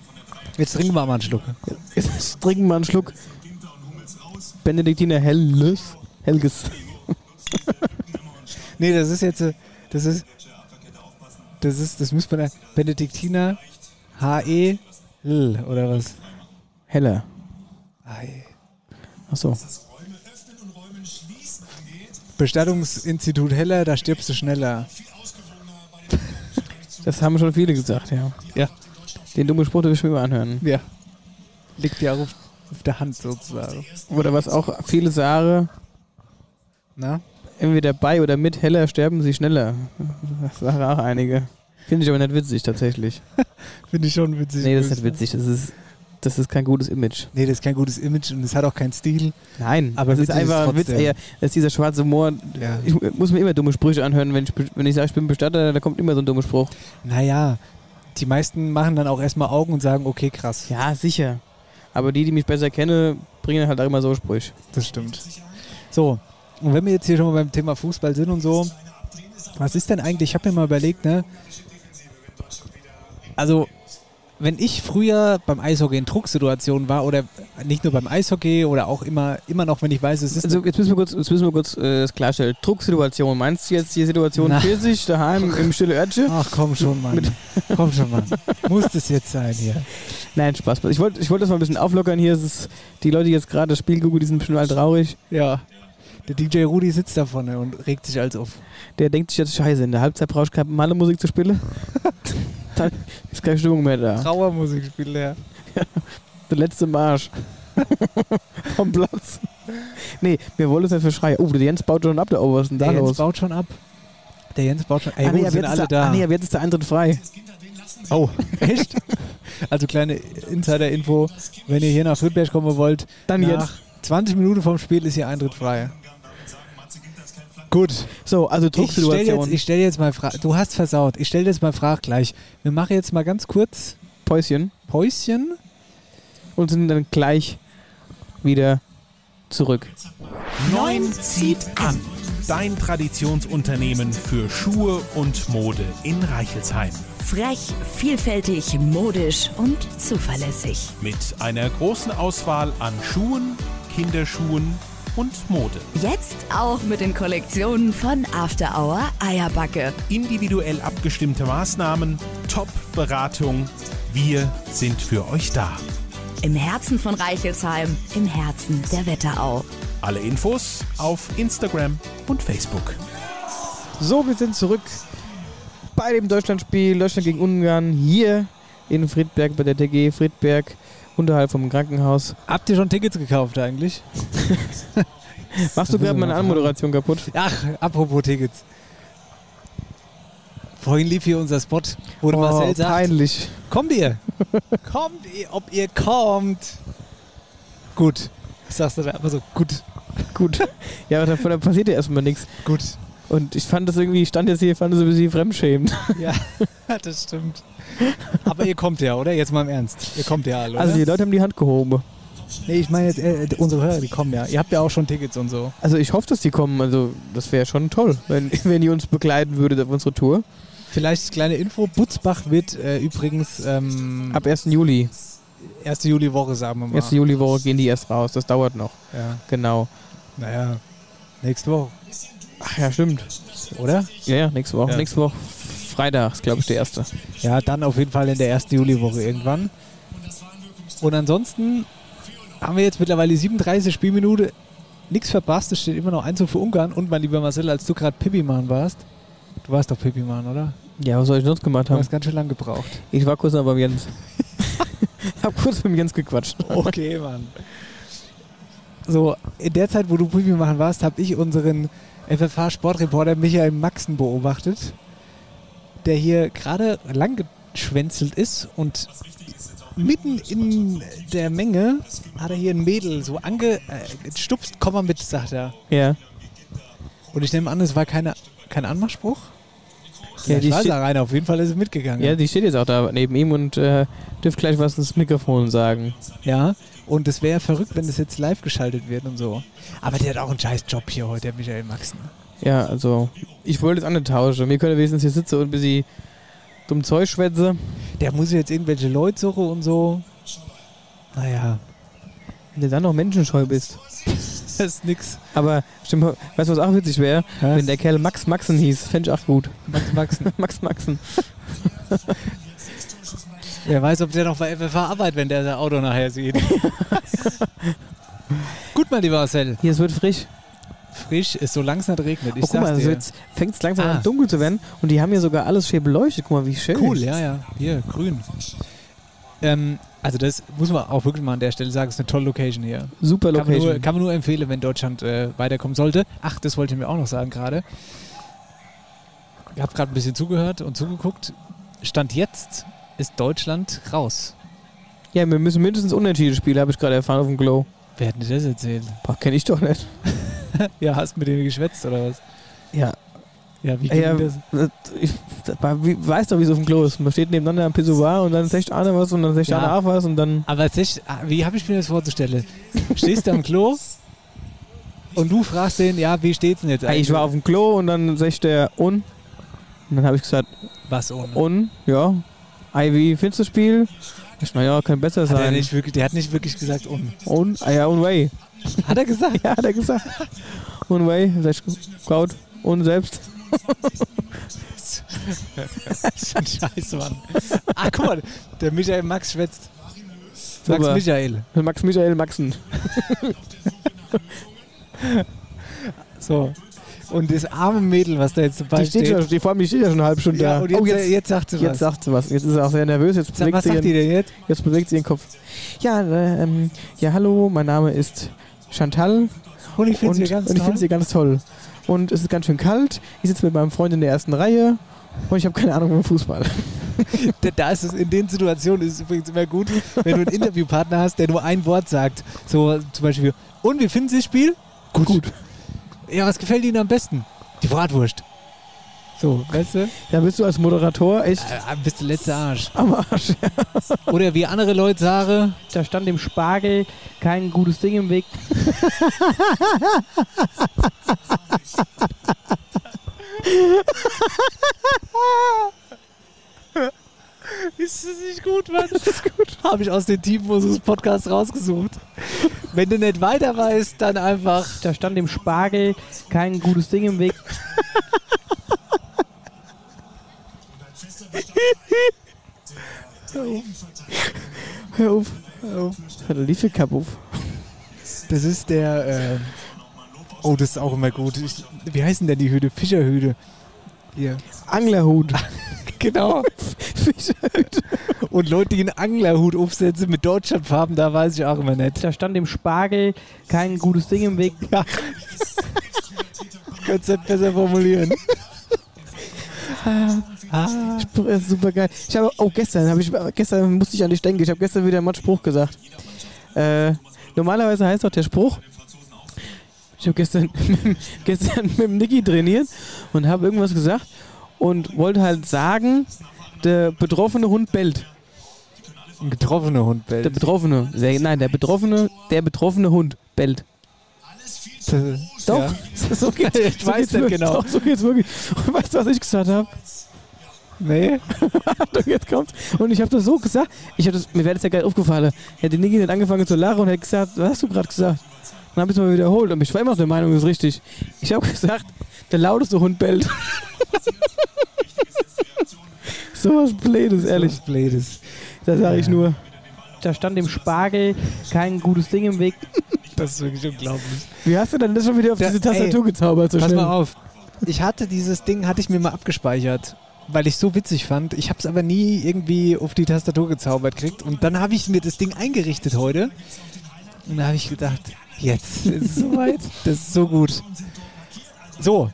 S1: jetzt trinken wir mal einen Schluck.
S2: Jetzt trinken wir einen Schluck. Benediktiner Helles. Helges.
S1: Nee, das ist jetzt, äh, das ist, das ist, das muss man, äh, da- Benediktiner H.E. E L oder was?
S2: Heller.
S1: Ei.
S2: Achso.
S1: Bestattungsinstitut Heller, da stirbst du schneller.
S2: Das haben schon viele gesagt, ja.
S1: Ja.
S2: Den dummen Spruch darf ich mir mal anhören.
S1: Ja. Liegt ja auf, auf der Hand sozusagen.
S2: Oder was auch viele sagen,
S1: Na?
S2: entweder bei oder mit Heller sterben sie schneller. Das sagen auch einige. Finde ich aber nicht witzig tatsächlich.
S1: Finde ich schon witzig.
S2: Nee, das ist nicht witzig. Das ist, das ist kein gutes Image.
S1: Nee, das ist kein gutes Image und es hat auch keinen Stil.
S2: Nein,
S1: Aber
S2: das ist
S1: witzig ist
S2: einfach ein Witz.
S1: trotzdem.
S2: Ey, das ist dieser schwarze Humor.
S1: Ja.
S2: Ich muss mir immer dumme Sprüche anhören, wenn ich, wenn ich sage, ich bin Bestatter, da kommt immer so ein dummer Spruch.
S1: Naja, die meisten machen dann auch erstmal Augen und sagen, okay, krass.
S2: Ja, sicher. Aber die, die mich besser kennen, bringen halt auch immer so Sprüche.
S1: Das stimmt. So, und wenn wir jetzt hier schon mal beim Thema Fußball sind und so, was ist denn eigentlich, ich habe mir mal überlegt, ne? Also, wenn ich früher beim Eishockey in Drucksituationen war oder nicht nur beim Eishockey oder auch immer, immer noch, wenn ich weiß, es ist
S2: Also jetzt müssen wir kurz, jetzt müssen wir kurz äh, das klarstellen. Drucksituation. Meinst du jetzt die Situation
S1: Na.
S2: für sich daheim im stille Örtchen?
S1: Ach komm schon, Mann. komm schon, Mann. Muss das jetzt sein hier?
S2: Nein, Spaß. Ich wollte ich wollte das mal ein bisschen auflockern hier. Es ist, die Leute, die jetzt gerade das Spiel gucken, die sind bestimmt alle traurig.
S1: Ja. Der DJ Rudi sitzt da vorne und regt sich als auf.
S2: Der denkt sich jetzt Scheiße, in der Halbzeit brauche ich keine Malle-Musik zu spielen. da ist keine Stimmung mehr da.
S1: Trauermusik spielt er.
S2: Der letzte Marsch. Vom Platz. Nee, wir wollen es nicht verschreien. Oh, der Jens baut schon ab, der Obersten. Da
S1: Der Jens
S2: los.
S1: baut schon ab. Der Jens baut schon. Ey,
S2: ah,
S1: gut,
S2: nee, ab
S1: sind
S2: jetzt
S1: alle
S2: ist der,
S1: da.
S2: ah, nee, ab jetzt ist der Eintritt frei.
S1: Oh, echt? Also kleine Insider-Info, wenn ihr hier nach Friedberg kommen wollt,
S2: Dann
S1: nach
S2: jetzt.
S1: 20 Minuten vom Spiel ist hier Eintritt frei. Gut,
S2: So, also
S1: ich stelle jetzt,
S2: Drucksituation.
S1: ich stell jetzt mal Fragen. Du hast versaut. Ich stelle jetzt mal Fragen gleich. Wir machen jetzt mal ganz kurz
S2: Päuschen.
S1: Päuschen.
S2: Und sind dann gleich wieder zurück.
S7: 9 zieht an. Dein Traditionsunternehmen für Schuhe und Mode in Reichelsheim.
S8: Frech, vielfältig, modisch und zuverlässig.
S7: Mit einer großen Auswahl an Schuhen, Kinderschuhen und Mode.
S8: Jetzt auch mit den Kollektionen von After Hour Eierbacke.
S7: Individuell abgestimmte Maßnahmen, Top-Beratung. Wir sind für euch da.
S8: Im Herzen von Reichelsheim, im Herzen der Wetterau.
S7: Alle Infos auf Instagram und Facebook.
S2: So, wir sind zurück bei dem Deutschlandspiel Deutschland gegen Ungarn hier in Friedberg bei der TG Friedberg unterhalb vom Krankenhaus.
S1: Habt ihr schon Tickets gekauft eigentlich?
S2: Machst du gerade meine Anmoderation kaputt?
S1: Ach, apropos Tickets. Vorhin lief hier unser Spot, wo
S2: Oh,
S1: der Marcel sagt,
S2: peinlich.
S1: kommt ihr? kommt ihr, ob ihr kommt? Gut. Was sagst du da? Aber so, gut,
S2: Gut. Ja, aber davon passiert ja erstmal nichts.
S1: gut.
S2: Und ich fand das irgendwie, ich stand jetzt hier, fand das ein bisschen fremdschämend.
S1: Ja, das stimmt. Aber ihr kommt ja, oder? Jetzt mal im Ernst. Ihr kommt ja alle,
S2: Also die
S1: oder?
S2: Leute haben die Hand gehoben.
S1: nee, ich meine jetzt äh, unsere Hörer, die kommen ja. Ihr habt ja auch schon Tickets und so.
S2: Also ich hoffe, dass die kommen. Also das wäre schon toll, wenn, wenn ihr uns begleiten würdet auf unsere Tour.
S1: Vielleicht kleine Info, Butzbach wird äh, übrigens ähm,
S2: Ab 1. Juli.
S1: erste Juliwoche, sagen wir mal.
S2: 1. Juliwoche gehen die erst raus. Das dauert noch.
S1: Ja,
S2: Genau.
S1: naja, nächste Woche,
S2: Ach ja, stimmt.
S1: oder?
S2: Ja, ja, nächste Woche.
S1: Ja.
S2: Nächste Woche freitags, glaube ich, der erste.
S1: Ja, dann auf jeden Fall in der ersten Juliwoche irgendwann. Und ansonsten haben wir jetzt mittlerweile 37 Spielminute. Nichts verpasst, es steht immer noch 1 für Ungarn. Und mein lieber Marcel, als du gerade Pippi-Mann warst, du warst doch Pippi-Mann, oder?
S2: Ja, was soll ich sonst gemacht
S1: Du
S2: haben?
S1: hast ganz schön lang gebraucht.
S2: Ich war kurz noch beim Jens. hab kurz mit dem Jens gequatscht.
S1: Okay, Mann. So, in der Zeit, wo du Preview machen warst, habe ich unseren FFH-Sportreporter Michael Maxen beobachtet, der hier gerade langgeschwänzelt ist und mitten in der Menge hat er hier ein Mädel so ange... Äh, stupst, komm mal mit, sagt er.
S2: Ja.
S1: Und ich nehme an, es war keine, kein Anmachspruch?
S2: Ja, die
S1: ich weiß
S2: steht-
S1: da rein, auf jeden Fall ist es mitgegangen.
S2: ja, die steht jetzt auch da neben ihm und äh, dürft gleich was ins Mikrofon sagen.
S1: Ja, und es wäre ja verrückt, wenn das jetzt live geschaltet wird und so. Aber der hat auch einen scheiß Job hier heute, der Michael ne? Maxen.
S2: Ja, also ich wollte jetzt auch nicht tauschen. Wir können wenigstens hier sitzen und ein bisschen dumm Zeug schwätze.
S1: Der muss jetzt irgendwelche Leute suchen und so. Naja,
S2: Wenn du dann noch menschenscheu bist.
S1: das ist nix.
S2: Aber stimmt, weißt du, was auch witzig wäre?
S1: Was?
S2: Wenn der Kerl Max Maxen hieß, fände ich auch gut.
S1: Max Maxen.
S2: Max Maxen.
S1: Wer weiß, ob der noch bei FFH arbeitet, wenn der sein Auto nachher sieht. Gut, mein lieber Marcel.
S2: Hier, es wird frisch.
S1: Frisch ist, solange es nicht regnet. Ich
S2: oh, guck mal,
S1: sag's
S2: also
S1: dir.
S2: jetzt fängt es langsam
S1: Ah.
S2: an dunkel zu werden und die haben hier sogar alles schön beleuchtet. Guck mal, wie schön.
S1: Cool, ja, ja. Hier, grün. Ähm, also das muss man auch wirklich mal an der Stelle sagen, ist eine tolle Location hier.
S2: Super
S1: Kann man, nur,
S2: Location.
S1: kann man nur empfehlen, wenn Deutschland äh, weiterkommen sollte. Ach, das wollte ich mir auch noch sagen gerade. Ich habe gerade ein bisschen zugehört und zugeguckt. Stand jetzt ist Deutschland raus.
S2: Ja, wir müssen mindestens unentschieden spielen, habe ich gerade erfahren auf dem Glow.
S1: Wer hat denn das erzählt?
S2: Boah, kenne ich doch nicht.
S1: Ja, hast du mit denen geschwätzt oder was?
S2: Ja,
S1: Ja, wie
S2: Ey,
S1: ging
S2: ja
S1: das?
S2: das- ich das war- wie- weiß doch, wie es auf dem Klo ist. Man steht nebeneinander am Pissoir und dann sagt einer was und dann sagt
S1: Ja.
S2: einer auch was und dann.
S1: Aber es ist, ah, wie habe ich mir das vorzustellen? Stehst du am Klo und du fragst den, ja, wie steht's denn jetzt
S2: Ey, ich war auf dem Klo und dann sagt der un. Und dann habe ich gesagt,
S1: was ohne?
S2: un, ja. Ey, wie findest du das Spiel? Ich meine, ja, kann besser
S1: Hat er,
S2: sein.
S1: nicht wirklich, der hat nicht wirklich gesagt um.
S2: Un, ah ja, un way.
S1: Hat er gesagt?
S2: Ja, hat er gesagt. Un way, sag ich, gut. Un selbst.
S1: so ein Scheiß, Mann. Ah, guck mal, der Michael Max schwätzt. Max
S2: Super.
S1: Michael.
S2: Max Michael Maxen.
S1: So. Und das arme Mädel, was da jetzt dabei
S2: Die steht schon, die, vor allem, die steht ja schon eine halbe Stunde
S1: ja,
S2: da.
S1: und jetzt,
S2: oh,
S1: jetzt,
S2: jetzt,
S1: jetzt sagt sie
S2: jetzt
S1: was.
S2: sagt sie was. Jetzt ist er auch sehr nervös. Jetzt
S1: Sag,
S2: bewegt,
S1: was
S2: sie
S1: sagt die
S2: ihren,
S1: denn jetzt?
S2: jetzt bewegt sie ihren Kopf. Ja, äh, ähm, ja, hallo, mein Name ist Chantal
S1: Und ich finde
S2: und,
S1: sie ganz
S2: und ich
S1: toll.
S2: finde sie ganz toll. Und es ist ganz schön kalt. Ich sitze mit meinem Freund in der ersten Reihe und ich habe keine Ahnung vom Fußball.
S1: Da- Da ist es, in den Situationen ist es übrigens immer gut, wenn du einen Interviewpartner hast, der nur ein Wort sagt. So zum Beispiel, und wie finden Sie das Spiel? Gut. Ja, was gefällt Ihnen am besten? Die Bratwurst. So, weißt du?
S2: Da bist du als Moderator echt
S1: Äh, bist du letzter Arsch.
S2: am Arsch.
S1: Oder wie andere Leute sagen,
S9: Da stand dem Spargel kein gutes Ding im Weg.
S1: ist das nicht gut, Mann? ist gut. Habe ich aus den Tiefen unseres Podcasts rausgesucht. Wenn du nicht weiter weißt, dann einfach
S9: Da stand dem Spargel kein gutes Ding im Weg.
S2: Hör auf. Hör auf. Hat er Liefe Cup auf.
S1: Das ist der. ähm, oh, das ist auch immer gut. Ich, wie heißen denn die Hüte? Fischerhüte. Hier.
S2: Anglerhut.
S1: Genau.
S2: Fischerhüte.
S1: Und Leute, die einen Anglerhut aufsetzen mit Deutschlandfarben, da weiß ich auch immer nicht.
S9: Da stand dem Spargel kein gutes Ding im Weg.
S1: Ich könnte es nicht besser formulieren. ah,
S2: Super geil. Ich habe, oh, gestern, habe ich, gestern musste ich an dich denken. Ich habe gestern wieder einen Mattspruch gesagt. Äh, normalerweise heißt doch der Spruch. Ich habe gestern, gestern mit dem Niki trainiert und habe irgendwas gesagt und wollte halt sagen, der betroffene Hund bellt.
S1: ein getroffener Hund
S2: Der
S1: bellt.
S2: betroffene, sehr, nein, der betroffene, der betroffene Hund bellt. Doch,
S1: Ja.
S2: so geht's,
S1: Ich
S2: so
S1: weiß
S2: geht's
S1: nicht
S2: wirklich.
S1: genau.
S2: Doch, so geht's wirklich. Und weißt du, was ich gesagt habe?
S1: Nee.
S2: Achtung, jetzt kommt. Und ich habe das so gesagt. Ich hab das, mir wäre das ja geil aufgefallen. Hätte Niki nicht angefangen zu lachen und hätte gesagt, was hast du gerade gesagt? Dann habe ich es mal wiederholt. Und ich war immer noch der Meinung, das ist richtig. Ich habe gesagt, der lauteste Hund bellt. so was Blödes, ehrlich.
S1: Was Blödes.
S2: Da sage ich nur.
S9: Da stand dem Spargel kein gutes Ding im Weg.
S1: Das ist wirklich unglaublich.
S2: Wie hast du denn das schon wieder auf
S1: Da-
S2: diese Tastatur
S1: ey,
S2: gezaubert? So
S1: Pass
S2: schnell?
S1: mal auf. Ich hatte dieses Ding, hatte ich mir mal abgespeichert, weil ich so witzig fand. Ich habe es aber nie irgendwie auf die Tastatur gezaubert kriegt. Und dann habe ich mir das Ding eingerichtet heute. Und da habe ich gedacht, jetzt ist es soweit. Das ist so gut. So.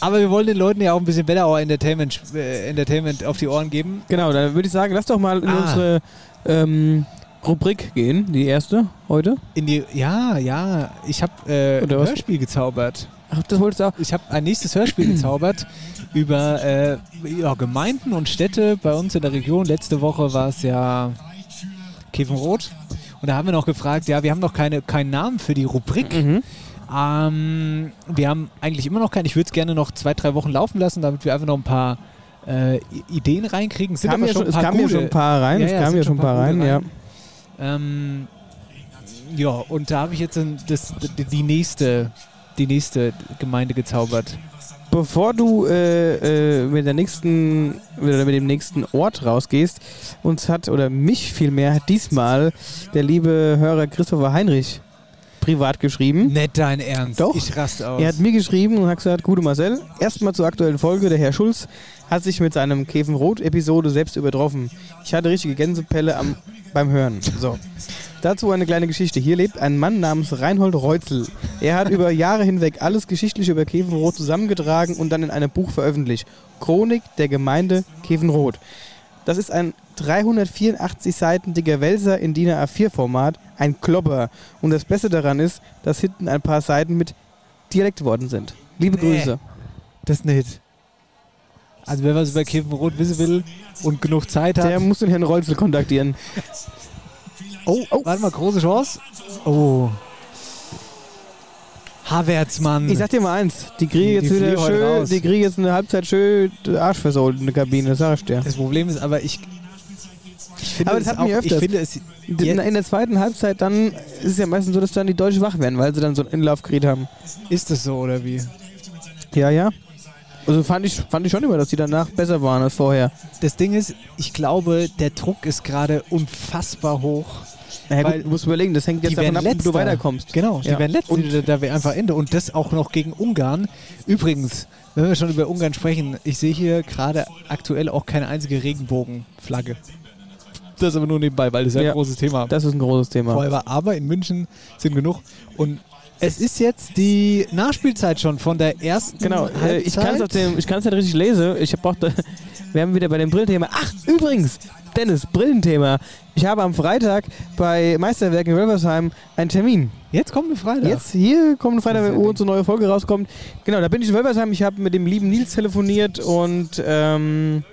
S1: Aber wir wollen den Leuten ja auch ein bisschen Better Hour Entertainment, äh, Entertainment auf die Ohren geben.
S2: Genau, dann würde ich sagen, lass doch mal in
S1: Ah.
S2: unsere ähm, Rubrik gehen. Die erste heute.
S1: In die, ja, ja. Ich habe äh, ein
S2: Oder was?
S1: Hörspiel gezaubert.
S2: Ach, das wolltest du auch.
S1: Ich habe ein nächstes Hörspiel gezaubert über äh, ja, Gemeinden und Städte bei uns in der Region. Letzte Woche war es ja Käfenrot. Und da haben wir noch gefragt, ja, wir haben noch keine, keinen Namen für die Rubrik.
S2: Mhm.
S1: Ähm, wir haben eigentlich immer noch keinen. Ich würde es gerne noch zwei, drei Wochen laufen lassen, damit wir einfach noch ein paar äh, I- Ideen reinkriegen. Es Sind
S2: Kam
S1: aber
S2: ja
S1: schon
S2: schon,
S1: ein
S2: es
S1: paar
S2: kamen ja schon ein
S1: gute.
S2: paar rein.
S1: Ja,
S2: es
S1: ja,
S2: kamen
S1: sind
S2: ja
S1: schon
S2: schon ein paar
S1: paar
S2: rein,
S1: gute
S2: ja.
S1: Ähm, ja, und da habe ich jetzt ein- das, die, die, nächste, die nächste Gemeinde gezaubert.
S2: Bevor du äh, äh, mit der nächsten oder mit dem nächsten Ort rausgehst, uns hat oder mich vielmehr hat diesmal der liebe Hörer Christopher Heinrich privat geschrieben.
S1: Nicht dein Ernst.
S2: Doch.
S1: Ich raste aus.
S2: Er hat mir geschrieben und hat gesagt, gute Marcel, erstmal zur aktuellen Folge, der Herr Schulz hat sich mit seinem Käfenrot-Episode selbst übertroffen. Ich hatte richtige Gänsepelle am, beim Hören. So. Dazu eine kleine Geschichte. Hier lebt ein Mann namens Reinhold Reutzel. Er hat über Jahre hinweg alles Geschichtliche über Käfenrot zusammengetragen und dann in einem Buch veröffentlicht. Chronik der Gemeinde Käfenrot. Das ist ein 384 Seiten dicker Wälzer in DIN A4-Format, ein Klopper. Und das Beste daran ist, dass hinten ein paar Seiten mit Dialekt worden sind. Liebe
S1: Nee.
S2: Grüße.
S1: Das nicht. Also wer was über Käfenrot wissen will und genug Zeit hat.
S2: Der muss den Herrn Reutzel kontaktieren.
S1: oh, oh. Warte mal, große Chance. Oh. Havertzmann.
S2: Ich sag dir mal eins, die kriegen
S1: Die-
S2: jetzt
S1: die
S2: wieder
S1: fliegen heute
S2: schön,
S1: raus.
S2: die kriegen jetzt eine Halbzeit schön den Arsch versohlt in der Kabine, das sag ich dir.
S1: das Problem ist aber, ich, ich finde
S2: Aber
S1: es
S2: das hatten
S1: auch,
S2: wir
S1: ich
S2: öfters.
S1: finde es,
S2: In der- in der zweiten Halbzeit dann ist es ja meistens so, dass dann die Deutschen wach werden, weil sie dann so einen Inlaufgerät haben.
S1: ist es so oder wie?
S2: Ja, ja. Also fand ich, fand ich schon immer, dass die danach besser waren als vorher.
S1: Das Ding ist, ich glaube, der Druck ist gerade unfassbar hoch.
S2: Naja,
S1: Weil
S2: gut, du musst überlegen, das hängt
S1: die
S2: jetzt
S1: werden
S2: davon ab, ob
S1: letzter.
S2: du weiterkommst.
S1: Genau, die
S2: Ja.
S1: werden letzte,
S2: Und-
S1: da, da wäre einfach Ende. Und das auch noch gegen Ungarn. Übrigens, wenn wir schon über Ungarn sprechen, ich sehe hier gerade aktuell auch keine einzige Regenbogenflagge. Das ist aber nur nebenbei, weil das ja ein
S2: Ja.
S1: großes Thema.
S2: Das ist ein großes Thema.
S1: Forever, aber in München sind genug. Und es ist jetzt die Nachspielzeit schon von der ersten
S2: Genau,
S1: Halbzeit.
S2: äh, ich kann es nicht richtig lesen. Ich brauchte, wir haben wieder bei dem Brillenthema. Ach, übrigens, Dennis, Brillenthema. Ich habe am Freitag bei Meisterwerk in Wilversheim einen Termin.
S1: Jetzt kommt eine Frage.
S2: Jetzt hier kommt Freitag,
S1: Sehr
S2: wenn unsere neue Folge rauskommt. Genau, da bin ich in Wölversheim. Ich habe mit dem lieben Nils telefoniert und ähm,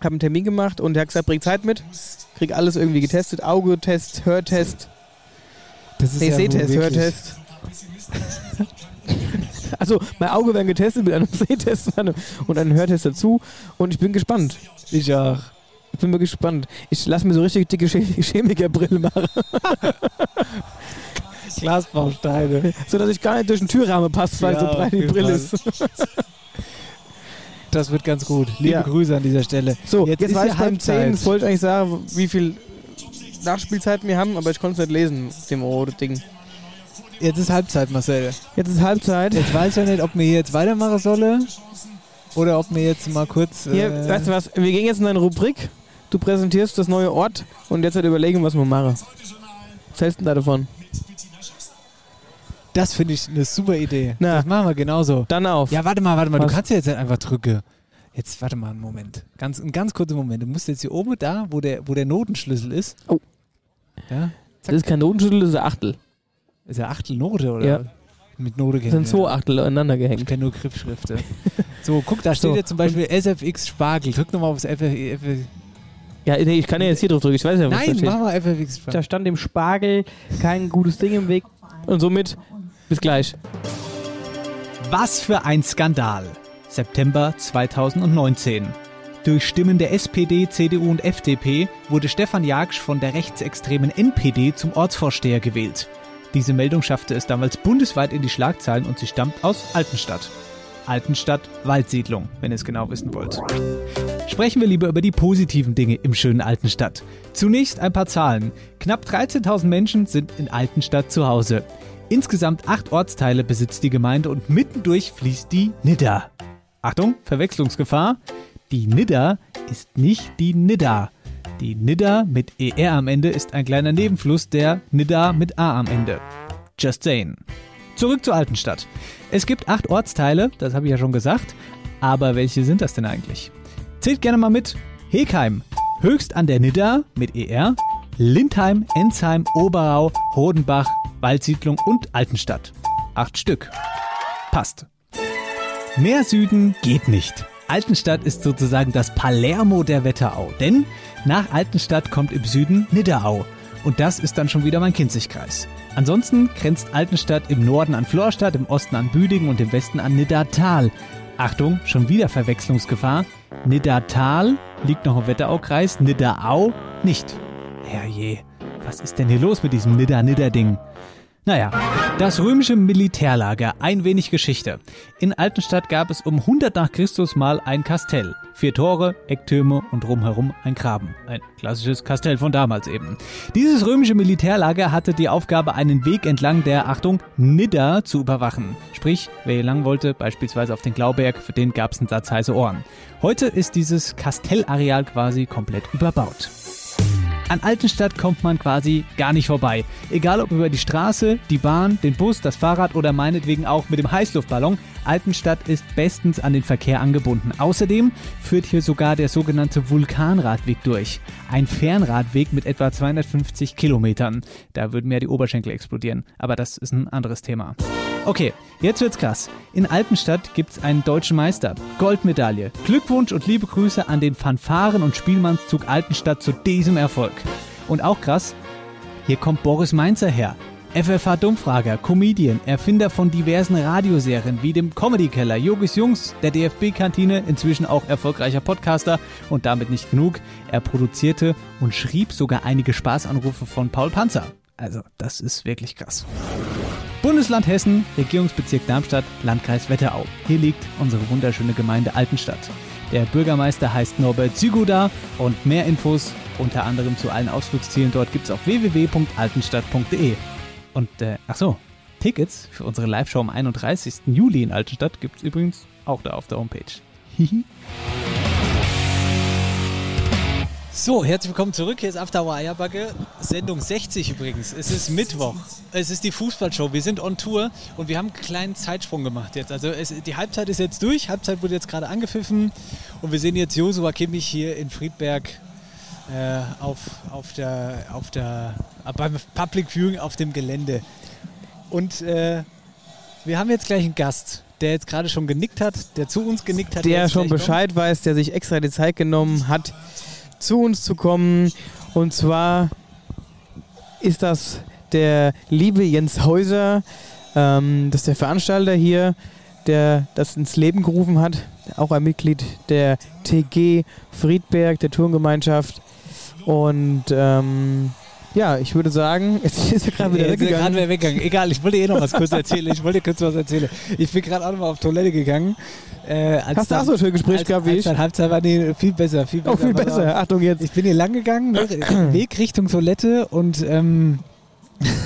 S2: habe einen Termin gemacht und der hat gesagt, bring Zeit mit. Krieg alles irgendwie getestet. Auge-Test, Hörtest,
S1: Das ist
S2: nee,
S1: ja nun
S2: Sehtest,
S1: wirklich-
S2: Hörtest. Also, mein Auge werden getestet mit einem Sehtest und einem- und einem Hörtest dazu. Und ich bin gespannt.
S1: Ich auch.
S2: Ich bin mal gespannt. Ich lasse mir so richtig dicke Che- Chemikerbrille machen,
S1: Glasbausteine.
S2: sodass ich gar nicht durch den Türrahmen passe, weil
S1: Ja,
S2: so breit die
S1: auf jeden
S2: Brille ist.
S1: Fall. Das wird ganz gut. Liebe
S2: Ja.
S1: Grüße an dieser Stelle.
S2: So,
S1: Jetzt
S2: jetzt,
S1: ist
S2: war
S1: ja
S2: ich beim
S1: Halbzeit.
S2: 10. Jetzt wollte ich eigentlich sagen, wie viel Nachspielzeit wir haben, aber ich konnte es nicht lesen, mit dem roten Ding.
S1: Jetzt ist Halbzeit, Marcel.
S2: Jetzt ist Halbzeit.
S1: Jetzt weiß ich ja nicht, ob mir jetzt weitermachen solle oder ob mir jetzt mal kurz.
S2: Hier,
S1: äh,
S2: weißt du was, wir gehen jetzt in deine Rubrik. Du präsentierst das neue Ort und jetzt halt überlegen, was wir machen. Was hältst du denn da davon?
S1: das finde ich eine super Idee.
S2: Na.
S1: Das machen wir genauso.
S2: Dann auf.
S1: Ja, warte mal, warte mal.
S2: Was?
S1: Du kannst ja jetzt nicht einfach drücke. Jetzt warte mal einen Moment. Ganz, einen ganz kurzen Moment. Du musst jetzt hier oben da, wo der, wo der Notenschlüssel ist.
S2: Oh.
S1: Ja,
S2: das ist kein Notenschüttel, das ist ein Achtel.
S1: ist ja Achtelnote oder?
S2: Ja.
S1: Mit Note
S2: Das sind
S1: kennen
S2: zwei
S1: wir.
S2: Achtel aneinander
S1: Ich
S2: gehängt.
S1: kenne nur Griffschriften. so, guck, da steht
S2: So.
S1: jetzt zum Beispiel SFX Spargel. Drück nochmal aufs FFX.
S2: Ja, nee, ich kann ja jetzt hier drauf drücken, ich weiß ja, was
S1: Nein,
S2: da
S1: mach mal FFX
S9: Da
S1: Spargel.
S9: stand dem Spargel kein gutes Ding im Weg.
S2: steht. Und somit, bis gleich.
S10: Was für ein Skandal. September 2019. Durch Stimmen der SPD, CDU und FDP wurde Stefan Jaksch von der rechtsextremen NPD zum Ortsvorsteher gewählt. Diese Meldung schaffte es damals bundesweit in die Schlagzeilen und sie stammt aus Altenstadt. Altenstadt Waldsiedlung, wenn ihr es genau wissen wollt. Sprechen wir lieber über die positiven Dinge im schönen Altenstadt. Zunächst ein paar Zahlen. Knapp 13.000 Menschen sind in Altenstadt zu Hause. Insgesamt acht Ortsteile besitzt die Gemeinde und mittendurch fließt die Nidda. Achtung, Verwechslungsgefahr. Die Nidda ist nicht die Nidda. Die Nidda mit ER am Ende ist ein kleiner Nebenfluss der Nidda mit A am Ende. Just saying. Zurück zur Altenstadt. Es gibt acht Ortsteile, das habe ich ja schon gesagt. Aber welche sind das denn eigentlich? Zählt gerne mal mit. Hegheim, höchst an der Nidda mit ER, Lindheim, Enzheim, Oberau, Rodenbach, Waldsiedlung und Altenstadt. Acht Stück. Passt. Mehr Süden geht nicht. Altenstadt ist sozusagen das Palermo der Wetterau, denn nach Altenstadt kommt im Süden Nidderau. Und das ist dann schon wieder mein Kinzigkreis. Ansonsten grenzt Altenstadt im Norden an Florstadt, im Osten an Büdingen und im Westen an Niddertal. Achtung, schon wieder Verwechslungsgefahr. Niddertal liegt noch im Wetteraukreis, Nidderau nicht. Herrje, was ist denn hier los mit diesem Nidder-Nidder-Ding? Naja, das römische Militärlager, ein wenig Geschichte. In Altenstadt gab es um 100 nach Christus mal ein Kastell. Vier Tore, Ecktürme und rumherum ein Graben. Ein klassisches Kastell von damals eben. Dieses römische Militärlager hatte die Aufgabe, einen Weg entlang der, Achtung, Nidda zu überwachen. Sprich, wer hier lang wollte, beispielsweise auf den Glauberg, für den gab es einen Satz heiße Ohren. Heute ist dieses Kastellareal quasi komplett überbaut. An Altenstadt kommt man quasi gar nicht vorbei. Egal ob über die Straße, die Bahn, den Bus, das Fahrrad oder meinetwegen auch mit dem Heißluftballon, Altenstadt ist bestens an den Verkehr angebunden. Außerdem führt hier sogar der sogenannte Vulkanradweg durch. Ein Fernradweg mit etwa 250 Kilometern. Da würden mir die Oberschenkel explodieren, aber das ist ein anderes Thema. Okay, jetzt wird's krass. In Altenstadt gibt's einen deutschen Meister. Goldmedaille. Glückwunsch und liebe Grüße an den Fanfaren- und Spielmannszug Altenstadt zu diesem Erfolg. Und auch krass, hier kommt Boris Mainzer her. FFH Dummfrager, Comedian, Erfinder von diversen Radioserien wie dem Comedy Keller, Jogis Jungs, der DFB-Kantine, inzwischen auch erfolgreicher Podcaster und damit nicht genug. Er produzierte und schrieb sogar einige Spaßanrufe von Paul Panzer. Also, das ist wirklich krass. Bundesland Hessen, Regierungsbezirk Darmstadt, Landkreis Wetterau. Hier liegt unsere wunderschöne Gemeinde Altenstadt. Der Bürgermeister heißt Norbert Sügoda und mehr Infos unter anderem zu allen Ausflugszielen dort gibt es auf www.altenstadt.de. Und äh, ach so, Tickets für unsere Live-Show am 31. Juli in Altenstadt gibt es übrigens auch da auf der Homepage. Hihi.
S1: So, herzlich willkommen zurück. Hier ist After Hour Eierbacke, Sendung 60 übrigens. Es ist Mittwoch. Es ist die Fußballshow. Wir sind on Tour und wir haben einen kleinen Zeitsprung gemacht jetzt. Also es, die Halbzeit ist jetzt durch. Halbzeit wurde jetzt gerade angepfiffen und wir sehen jetzt Josua Kimmich hier in Friedberg äh, auf, auf der, auf der, äh, beim Public Viewing auf dem Gelände. Und äh, wir haben jetzt gleich einen Gast, der jetzt gerade schon genickt hat, der zu uns genickt hat.
S2: der
S1: jetzt
S2: schon
S1: gleich kommt.
S2: Bescheid weiß, der sich extra die Zeit genommen hat, zu uns zu kommen. Und zwar ist das der liebe Jens Häuser, ähm, das ist der Veranstalter hier, der das ins Leben gerufen hat. Auch ein Mitglied der TG Friedberg, der Turngemeinschaft. Und ähm, ja, ich würde sagen, es ist er gerade wieder
S1: Ja, jetzt ist er
S2: weggegangen.
S1: gerade wieder weggegangen. Egal, ich wollte eh noch was kurz erzählen. Ich wollte kurz was erzählen. Ich bin gerade auch noch mal auf Toilette gegangen. Äh, als
S2: Hast du
S1: dann-
S2: auch so ein schönes Gespräch
S1: als,
S2: gehabt wie
S1: als
S2: ich?
S1: dann Halbzeit war die viel besser. Viel besser
S2: Oh, viel
S1: Pass auf.
S2: besser. Achtung jetzt.
S1: Ich bin hier lang gegangen, ne, Weg Richtung Toilette und ähm,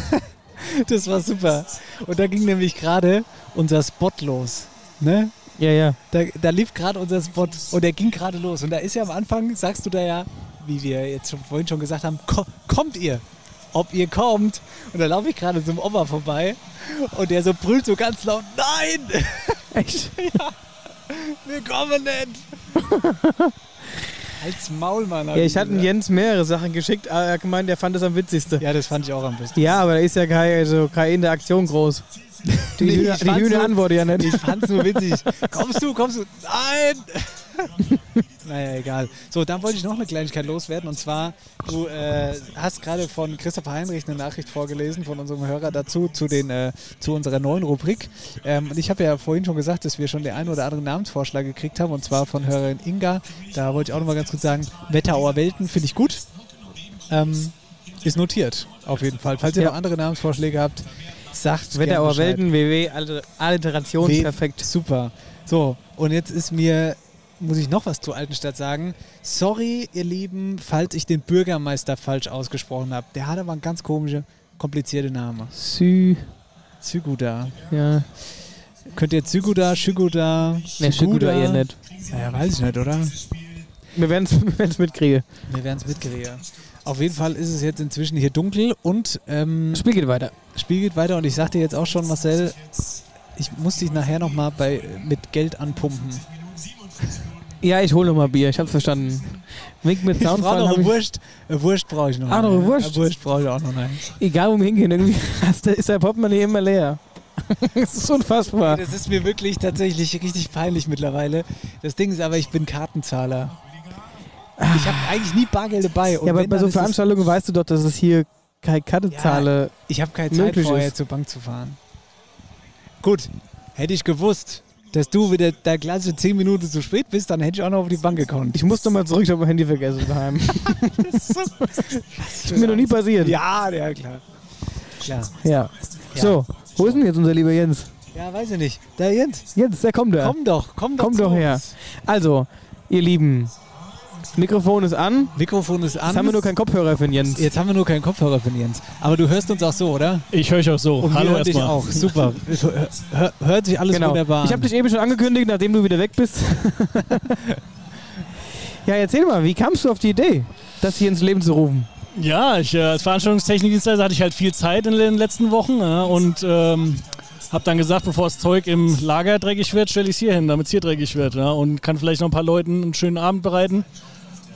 S1: das war super. Und da ging nämlich gerade unser Spot los. Ne?
S2: Ja, ja.
S1: Da, da lief gerade unser Spot und der ging gerade los. Und da ist ja am Anfang, sagst du da ja, wie wir jetzt schon vorhin schon gesagt haben, "Ko- kommt ihr? Ob ihr kommt? Und da laufe ich gerade zum Oma vorbei und der so brüllt so ganz laut, nein!
S2: Echt?
S1: ja, wir kommen nicht! Als Maulmann. hab
S2: Ja, ich hatte
S1: gesagt.
S2: Jens mehrere Sachen geschickt, aber er gemeint, er fand das am witzigste.
S1: Ja, das fand ich auch am besten.
S2: Ja, aber da ist ja keine, also keine Interaktion groß. Die,
S1: Nee,
S2: Hühner,
S1: ich
S2: die
S1: fand's
S2: Hühner
S1: nur-
S2: antwortet ja nicht.
S1: Ich fand's nur witzig. Kommst du, kommst du? Nein! naja, egal. So, dann wollte ich noch eine Kleinigkeit loswerden. Und zwar, du äh, hast gerade von Christopher Heinrich eine Nachricht vorgelesen, von unserem Hörer dazu, zu, den, äh, zu unserer neuen Rubrik. Ähm, und ich habe ja vorhin schon gesagt, dass wir schon den einen oder anderen Namensvorschlag gekriegt haben. Und zwar von Hörerin Inga. Da wollte ich auch nochmal ganz kurz sagen, Wetterauer Welten finde ich gut. Ähm, ist notiert, auf jeden Fall. Falls ihr
S2: Ja.
S1: noch andere Namensvorschläge habt, sagt gern
S2: Wetterauer
S1: Bescheid.
S2: Welten, WW, Alter- Alliteration,
S1: We-
S2: perfekt.
S1: Super. So, und jetzt ist mir, muss ich noch was zur Altenstadt sagen. Sorry, ihr Lieben, falls ich den Bürgermeister falsch ausgesprochen habe. Der hat aber einen ganz komischen, komplizierten Namen.
S2: Sü,
S1: Zyguda.
S2: ja.
S1: Könnt ihr Zyguda, Schiguda,
S2: Ne, Schiguda eher nicht.
S1: Naja, weiß ich nicht, oder?
S2: Wir werden es mitkriegen.
S1: Wir werden es mitkriegen. Auf jeden Fall ist es jetzt inzwischen hier dunkel und ähm,
S2: Das Spiel geht weiter.
S1: Spiel geht weiter und ich sagte jetzt auch schon, Marcel, ich muss dich nachher nochmal mit Geld anpumpen.
S2: Ja, ich hole nochmal Bier, ich hab's verstanden. Wink mit
S1: Ich brauche
S2: Soundfall.
S1: noch
S2: hab
S1: eine
S2: Ich,
S1: Wurst. Eine Wurst brauche ich noch.
S2: Ah, noch eine Wurst?
S1: Eine Wurst brauche ich auch noch. Nein.
S2: egal, wo wir hingehen, irgendwie hast du- ist der Portemonnaie immer leer. das ist unfassbar.
S1: Das ist mir wirklich tatsächlich richtig peinlich mittlerweile. Das Ding ist aber, ich bin Kartenzahler. Ich habe eigentlich nie Bargeld dabei. Und
S2: Ja, aber
S1: wenn,
S2: bei
S1: dann
S2: so
S1: ist es-
S2: Veranstaltungen weißt du doch, dass es hier keine Karte
S1: Ja,
S2: zahle.
S1: Ich habe keine Zeit
S2: möglich
S1: vorher
S2: ist.
S1: zur Bank zu fahren. Gut, hätte ich gewusst, dass du wieder der Klasse 10 Minuten zu spät bist, dann hätte ich auch noch auf die Bank gekonnt.
S2: Ich muss nochmal zurück, ich habe mein Handy vergessen daheim. ist mir noch nie passiert.
S1: Ja, ja, klar. Klar.
S2: Ja.
S1: Ja.
S2: So, wo ist denn jetzt unser lieber Jens?
S1: Ja, weiß ich nicht. Da Jens,
S2: Jens, da kommt er.
S1: komm doch, komm doch.
S2: Komm
S1: zu
S2: doch her.
S1: uns.
S2: Also, ihr Lieben, Mikrofon ist an.
S1: Mikrofon ist an.
S2: Jetzt haben wir nur keinen Kopfhörer für den Jens.
S1: Jetzt haben wir nur keinen Kopfhörer von Jens. Aber du hörst uns auch so, oder?
S11: Ich höre euch auch so.
S1: Und wir
S11: Hallo
S1: hören dich
S11: erstmal.
S1: auch. Super. Hör, hört sich alles
S2: genau.
S1: wunderbar
S2: Ich habe
S1: an.
S2: dich eben schon angekündigt, nachdem du wieder weg bist. ja, erzähl mal, wie kamst du auf die Idee, das hier ins Leben zu rufen?
S11: Ja, ich, äh, als Veranstaltungstechnikdienstleister hatte ich halt viel Zeit in den letzten Wochen ja, und ähm, habe dann gesagt, bevor das Zeug im Lager dreckig wird, stelle ich es hier hin, damit es hier dreckig wird ja, und kann vielleicht noch ein paar Leuten einen schönen Abend bereiten.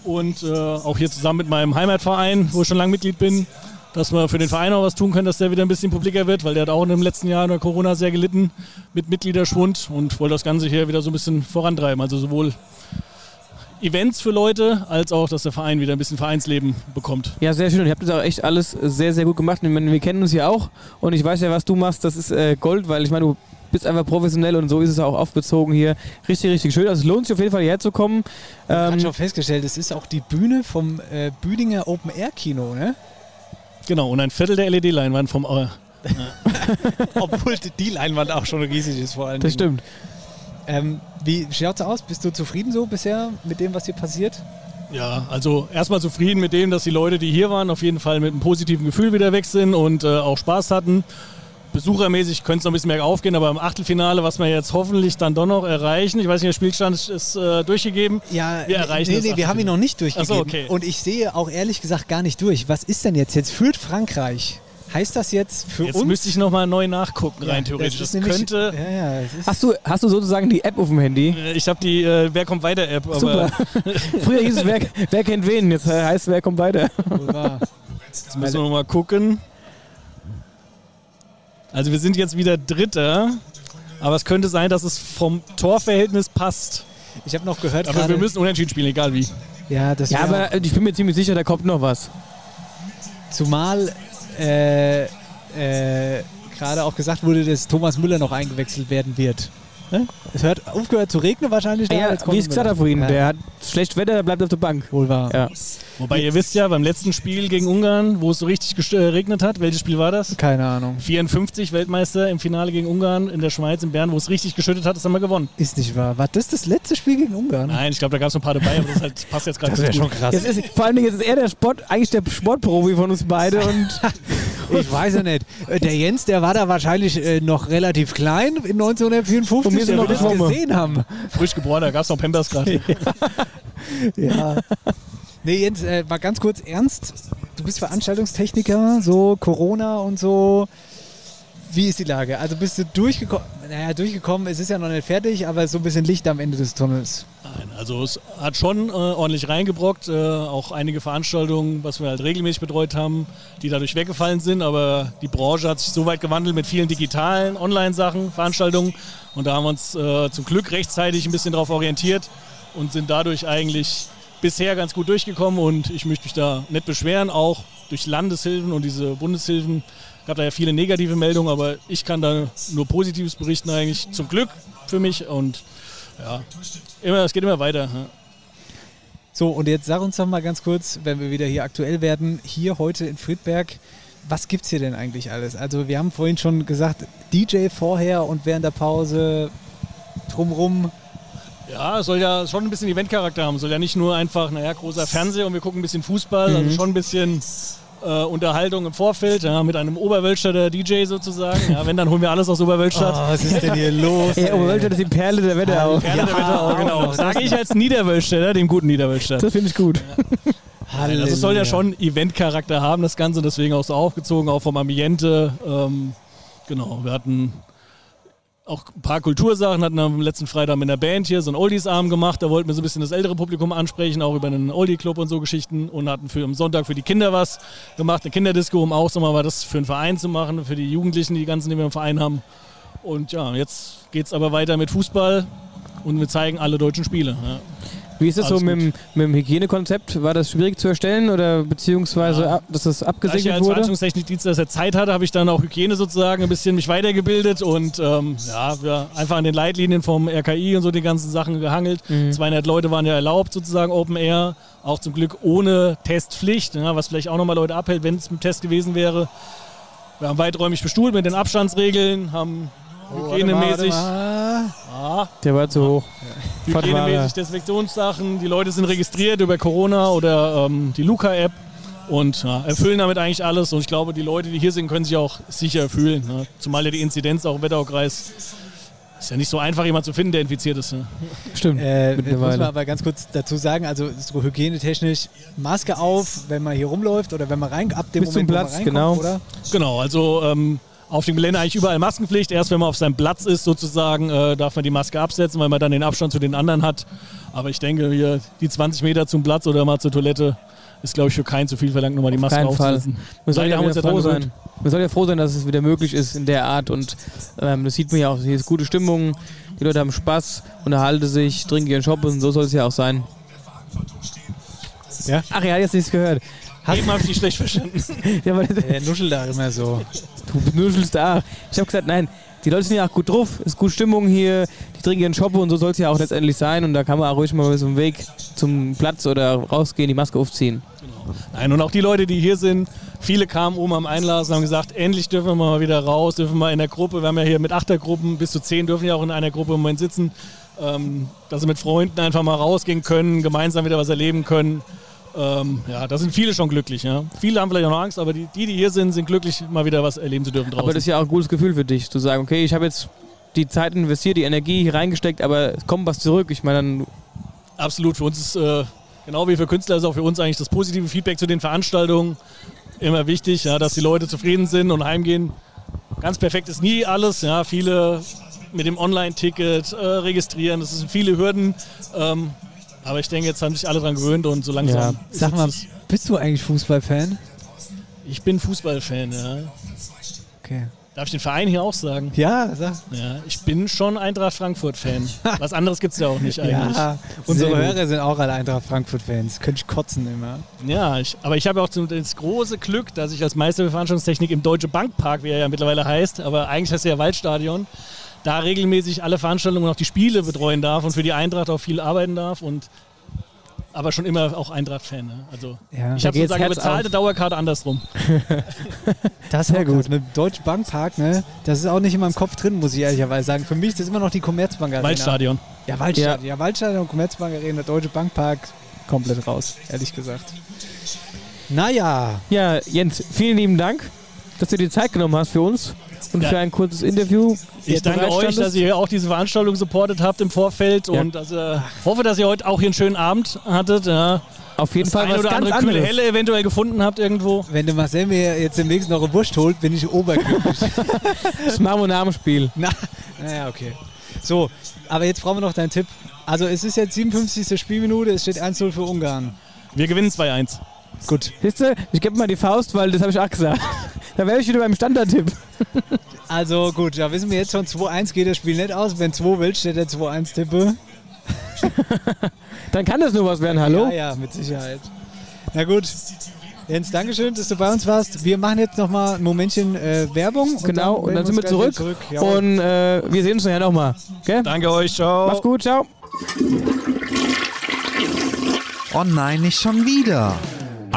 S11: Und äh, auch hier zusammen mit meinem Heimatverein, wo ich schon lange Mitglied bin, dass wir für den Verein auch was tun können, dass der wieder ein bisschen publiker wird, weil der hat auch in dem letzten Jahr unter Corona sehr gelitten mit Mitgliederschwund und wollte das Ganze hier wieder so ein bisschen vorantreiben. Also sowohl Events für Leute als auch, dass der Verein wieder ein bisschen Vereinsleben bekommt.
S2: Ja, sehr schön. Ihr habt das auch echt alles sehr, sehr gut gemacht. Ich meine, wir kennen uns ja auch und ich weiß ja, was du machst. Das ist äh, Gold, weil ich meine, du bist einfach professionell und so ist es auch aufgezogen hier. Richtig, richtig schön. Also es lohnt sich auf jeden Fall hierher zu kommen.
S1: Ich habe
S2: Ähm,
S1: schon festgestellt, es ist auch die Bühne vom äh, Büdinger Open Air Kino, ne?
S11: Genau, und ein Viertel der LED-Leinwand vom. Äh,
S1: Obwohl die Leinwand auch schon riesig ist vor allem.
S2: das stimmt.
S1: Ähm, wie schaut's aus? Bist du zufrieden so bisher mit dem, was hier passiert?
S11: Ja, also erstmal zufrieden mit dem, dass die Leute, die hier waren, auf jeden Fall mit einem positiven Gefühl wieder weg sind und äh, auch Spaß hatten. Besuchermäßig könnte es noch ein bisschen mehr aufgehen, aber im Achtelfinale, was wir jetzt hoffentlich dann doch noch erreichen, ich weiß nicht, der Spielstand ist, ist äh, durchgegeben.
S1: Ja,
S11: wir erreichen
S1: nee,
S11: das
S1: nee, wir haben ihn noch nicht
S11: Achtelfinale.
S1: durchgegeben.
S11: Ach so,
S1: Und
S11: okay.
S1: ich sehe auch ehrlich gesagt gar nicht durch. Was ist denn jetzt? Jetzt führt Frankreich. Heißt das jetzt für
S11: Jetzt
S1: uns?
S11: müsste ich nochmal neu nachgucken, rein theoretisch. Das, könnte.
S1: Ja, ja, es ist
S2: Hast du, hast du sozusagen die App auf dem Handy?
S11: Äh, Ich habe die äh, Wer kommt weiter App. Aber
S2: Super. Früher hieß es, wer, wer kennt wen? Jetzt heißt es, wer kommt weiter.
S11: Jetzt müssen wir noch mal gucken. Also wir sind jetzt wieder Dritter, aber es könnte sein, dass es vom Torverhältnis passt.
S1: Ich habe noch gehört,
S11: aber
S1: gerade-
S11: wir müssen unentschieden spielen, egal wie.
S1: ja, das
S2: ja,
S1: wär-
S2: aber äh, ich bin mir ziemlich sicher, da kommt noch was.
S1: Zumal äh, äh, gerade auch gesagt wurde, dass Thomas Müller noch eingewechselt werden wird. Ne? Es hört aufgehört zu regnen wahrscheinlich.
S2: Ja, wie ich gesagt habe vorhin, der hat schlecht Wetter, der bleibt auf der Bank.
S1: Wohl wahr.
S2: Ja.
S11: Wobei ihr wisst ja, beim letzten Spiel gegen Ungarn, wo es so richtig geregnet hat, welches Spiel war das?
S1: Keine Ahnung.
S11: 54 Weltmeister im Finale gegen Ungarn in der Schweiz, in Bern, wo es richtig geschüttet hat, das haben wir gewonnen.
S1: Ist nicht wahr. War das das letzte Spiel gegen Ungarn?
S11: Nein, ich glaube, da gab es ein paar dabei, aber das halt, passt jetzt gerade
S1: Das wär
S11: ganz gut.
S1: schon krass.
S2: Jetzt ist, vor allen Dingen jetzt ist er der Sport, eigentlich der Sportprofi von uns beide und
S1: Ich weiß ja nicht. Äh, Der Jens, der war da wahrscheinlich äh, noch relativ klein in 1954.
S2: Und wir sind
S1: der
S2: noch
S1: wird das
S2: geschwommen.
S1: gesehen haben.
S11: Frisch geboren, da gab es noch Pampers gerade.
S1: Ja. Nee, Jens, äh, mal ganz kurz ernst. Du bist Veranstaltungstechniker, so Corona und so. Wie ist die Lage? Also bist du durchgekommen? Naja, durchgekommen, es ist ja noch nicht fertig, aber so ein bisschen Licht am Ende des Tunnels.
S11: Nein, also es hat schon äh, ordentlich reingebrockt. Äh, auch einige Veranstaltungen, was wir halt regelmäßig betreut haben, die dadurch weggefallen sind. Aber die Branche hat sich so weit gewandelt mit vielen digitalen Online-Sachen, Veranstaltungen. Und da haben wir uns äh, zum Glück rechtzeitig ein bisschen darauf orientiert und sind dadurch eigentlich bisher ganz gut durchgekommen. Und ich möchte mich da nicht beschweren, auch durch Landeshilfen und diese Bundeshilfen. gab da ja viele negative Meldungen, aber ich kann da nur Positives berichten eigentlich. Zum Glück für mich und ja, Immer, es geht immer weiter. ja.
S1: So, und jetzt sag uns doch mal ganz kurz, wenn wir wieder hier aktuell werden, hier heute in Friedberg, was gibt's hier denn eigentlich alles? Also wir haben vorhin schon gesagt, DJ vorher und während der Pause drumrum.
S11: Ja, es soll ja schon ein bisschen Eventcharakter haben. Soll ja nicht nur einfach, naja, großer Fernseher und wir gucken ein bisschen Fußball, also schon ein bisschen äh, Unterhaltung im Vorfeld, ja, mit einem Oberwölstader DJ sozusagen. Ja, wenn, dann holen wir alles aus Oberwölstadt.
S1: was ist denn hier los?
S2: er überwöltet oh, das die Perle der Wetterau.
S11: Gerne der Wetterau, genau. Sage ich als Niederwölstädter, dem guten Niederwölstädter.
S2: Das finde ich gut.
S11: Also das soll ja schon Eventcharakter haben, das Ganze, deswegen auch so aufgezogen, auch vom Ambiente. Ähm, genau, wir hatten auch ein paar Kultursachen, hatten am letzten Freitag mit einer Band hier so einen Oldies-Abend gemacht, da wollten wir so ein bisschen das ältere Publikum ansprechen, auch über einen Oldie-Club und so Geschichten und hatten für am Sonntag für die Kinder was gemacht, eine Kinderdisco, um auch so mal das für einen Verein zu machen, für die Jugendlichen, die ganzen, die wir im Verein haben. Und ja, jetzt geht's aber weiter mit Fußball und wir zeigen alle deutschen Spiele. Ja.
S2: Wie ist das
S11: Alles
S2: so mit, dem- mit dem Hygienekonzept? War das schwierig zu erstellen oder beziehungsweise, ab, dass das
S11: Da ich ja
S2: abgesegnet
S11: als
S2: wurde?
S11: Veranstaltungstechnikdienstleister Zeit hatte, habe ich dann auch Hygiene sozusagen ein bisschen mich weitergebildet und ähm, ja, wir einfach an den Leitlinien vom RKI und so die ganzen Sachen gehangelt. 200 Leute waren ja erlaubt sozusagen Open Air, auch zum Glück ohne Testpflicht, ja, was vielleicht auch nochmal Leute abhält, wenn es mit Test gewesen wäre. Wir haben weiträumig bestuhlt mit den Abstandsregeln, haben hygienemäßig
S2: Der war zu hoch.
S11: hygienemäßig
S2: Fahrtware.
S11: Desinfektionssachen. Die Leute sind registriert über Corona oder ähm, die Luca-App und ja, erfüllen damit eigentlich alles. Und ich glaube, die Leute, die hier sind, können sich auch sicher fühlen. Ne? Zumal ja die Inzidenz auch im Wetteraukreis ist ja nicht so einfach, jemand zu finden, der infiziert ist. Ne?
S2: Stimmt,
S1: Äh, jetzt muss man
S2: mittlerweile.
S1: aber ganz kurz dazu sagen, also so hygienetechnisch Maske auf, wenn man hier rumläuft oder wenn man rein ab dem
S2: Bis zum
S1: Moment,
S2: Platz,
S1: wo man reinkommt,
S2: genau.
S1: oder?
S11: Genau, also ähm, auf dem Gelände eigentlich überall Maskenpflicht. Erst wenn man auf seinem Platz ist, sozusagen, äh, darf man die Maske absetzen, weil man dann den Abstand zu den anderen hat. Aber ich denke, hier die 20 Meter zum Platz oder mal zur Toilette ist, glaube ich, für keinen zu viel verlangt, nochmal die Maske
S2: keinen Fall.
S11: aufzusetzen.
S2: Man soll,
S11: Leider
S2: ja
S11: haben wir uns
S2: wieder
S11: ja
S2: froh
S11: dran gewöhnt.
S2: sein. man soll ja froh sein, dass es wieder möglich ist in der Art. Und ähm, das sieht man ja auch. Hier ist gute Stimmung, die Leute haben Spaß, unterhalten sich, trinken ihren Shop und so soll es ja auch sein.
S1: Ja.
S2: Ach, er hat jetzt nichts gehört.
S11: Hast Eben habe ich dich schlecht verstanden.
S2: Ja, aber
S1: Der nuschelt da immer so.
S2: du nuschelst da. Ich habe gesagt, nein, die Leute sind ja auch gut drauf, ist gute Stimmung hier, die trinken ihren Schoppe und so soll es ja auch letztendlich sein. Und da kann man auch ruhig mal so einen Weg zum Platz oder rausgehen, die Maske aufziehen.
S11: Nein, und auch die Leute, die hier sind, viele kamen oben am Einlass und haben gesagt, endlich dürfen wir mal wieder raus, dürfen wir mal in der Gruppe, wir haben ja hier mit Achtergruppen, bis zu zehn dürfen ja auch in einer Gruppe im Moment sitzen, ähm, dass sie mit Freunden einfach mal rausgehen können, gemeinsam wieder was erleben können. Ähm, ja, da sind viele schon glücklich. Ja. Viele haben vielleicht auch noch Angst, aber die, die, die hier sind, sind glücklich, mal wieder was erleben zu dürfen draußen.
S2: Aber das ist ja auch ein gutes Gefühl für dich, zu sagen, okay, ich habe jetzt die Zeit investiert, die Energie hier reingesteckt, aber es kommt was zurück. Ich meine, dann...
S11: Absolut, für uns ist... Äh, genau wie für Künstler ist auch für uns eigentlich das positive Feedback zu den Veranstaltungen immer wichtig, ja, dass die Leute zufrieden sind und heimgehen. Ganz perfekt ist nie alles. Ja, viele mit dem Online-Ticket äh, registrieren, das sind viele Hürden. Ähm, aber ich denke, jetzt haben sich alle dran gewöhnt und so langsam. Ja.
S1: Sag mal, bist du eigentlich Fußballfan?
S11: Ich bin Fußballfan, ja.
S1: Okay.
S11: Darf ich den Verein hier auch sagen?
S1: Ja, sag.
S11: Ja, ich bin schon Eintracht Frankfurt-Fan. Was anderes gibt es ja auch nicht eigentlich. Ja,
S1: unsere Hörer sind auch alle Eintracht Frankfurt-Fans. Könnte ich kotzen immer.
S11: Ja, ich, aber ich habe auch das große Glück, dass ich als Meister für Veranstaltungstechnik im Deutsche Bankpark, wie er ja mittlerweile heißt, aber eigentlich heißt er ja Waldstadion, da regelmäßig alle Veranstaltungen und auch die Spiele betreuen darf und für die Eintracht auch viel arbeiten darf und aber schon immer auch Eintracht-Fan. Ne? Also ja, ich habe sozusagen eine bezahlte auf. genau. Dauerkarte andersrum.
S1: das ist ja gut. Mit Deutsche Bankpark, ne? Das ist auch nicht in meinem Kopf drin, muss ich ehrlicherweise sagen. Für mich ist das immer noch die Commerzbank Arena.
S11: Waldstadion.
S1: Ja, Waldstadion. Ja, ja Waldstadion, Commerzbank Arena, Deutsche Bankpark komplett raus, ehrlich gesagt. Naja.
S2: Ja, Jens, vielen lieben Dank, dass du dir Zeit genommen hast für uns und ja. für ein kurzes Interview.
S11: Ich danke euch, dass ihr auch diese Veranstaltung supportet habt im Vorfeld ja. und dass, äh, hoffe, dass ihr heute auch hier einen schönen Abend hattet. Ja.
S2: Auf jeden das Fall
S11: eine oder andere anderes. kühle Helle eventuell gefunden habt irgendwo.
S1: Wenn der Marcel mir jetzt demnächst noch eine Wurst holt, bin ich oberglücklich.
S2: das machen wir nach dem Spiel.
S1: Na, naja, okay. So, aber jetzt brauchen wir noch deinen Tipp. Also es ist jetzt 57. Spielminute, es steht 1-0 für Ungarn.
S11: Wir gewinnen 2-1.
S1: Gut.
S2: Siehst du, ich gebe mal die Faust, weil das habe ich auch gesagt. da wäre ich wieder beim Standardtipp.
S1: also gut, da wissen wir jetzt schon 2-1 geht das Spiel nicht aus. Wenn 2 will, steht der 2-1 tippe.
S2: Dann kann das nur was werden, hallo?
S1: Ja, ja, mit Sicherheit. Na gut. Jens, Dankeschön, dass du bei uns warst. Wir machen jetzt nochmal ein Momentchen äh, Werbung.
S2: Genau, und dann, und dann sind wir zurück. zurück. Ja, und äh, wir sehen uns nachher nochmal. Okay?
S11: Danke euch, ciao.
S2: Mach's gut, ciao.
S3: Oh nein, nicht schon wieder.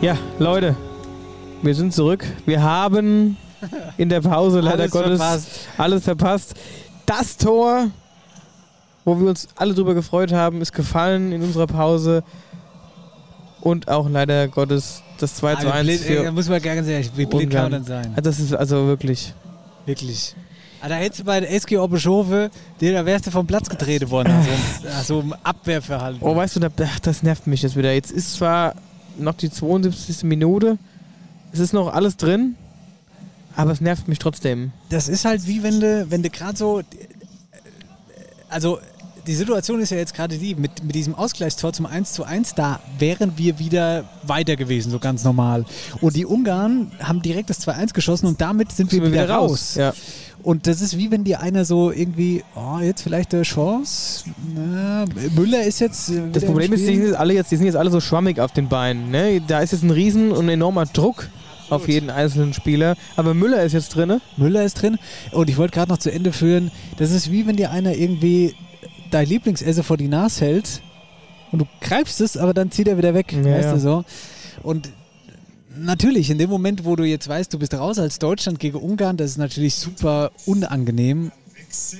S2: Ja, Leute, wir sind zurück. Wir haben in der Pause leider alles Gottes verpasst. alles verpasst. Das Tor, wo wir uns alle drüber gefreut haben, ist gefallen in unserer Pause. Und auch leider Gottes das 2
S1: Ah,
S2: zu 1.
S1: Da äh, muss man ganz ehrlich, wie blind kann man dann sein?
S2: Das ist also wirklich.
S1: Wirklich. Ah, da hättest du bei der SG Obeschhofe, da wärst du vom Platz getreten worden. Also, also Abwehrverhalten.
S2: Oh, weißt du, das nervt mich jetzt wieder. Jetzt ist zwar noch die 72. Minute. Es ist noch alles drin, aber es nervt mich trotzdem.
S1: Das ist halt wie wenn du, wenn du gerade so. Also, die Situation ist ja jetzt gerade die, mit, mit diesem Ausgleichstor zum 1 zu 1, da wären wir wieder weiter gewesen, so ganz normal. Und die Ungarn haben direkt das 2-1 geschossen und damit sind, sind wir, wieder, wieder raus. raus.
S2: Ja.
S1: Und das ist wie wenn dir einer so irgendwie, oh, jetzt vielleicht eine Chance. Na, Müller ist jetzt. äh,
S2: Das Problem ist, die sind, alle jetzt, die sind jetzt alle so schwammig auf den Beinen. Ne? Da ist jetzt ein riesen und enormer Druck auf jeden einzelnen Spieler. Aber Müller ist jetzt drin. Ne?
S1: Müller ist drin. Und ich wollte gerade noch zu Ende führen. Das ist wie wenn dir einer irgendwie dein Lieblingsesse vor die Nase hält und du greifst es, aber dann zieht er wieder weg. Ja, weißt ja. du so? Und natürlich, in dem Moment, wo du jetzt weißt, du bist raus als Deutschland gegen Ungarn, das ist natürlich super unangenehm.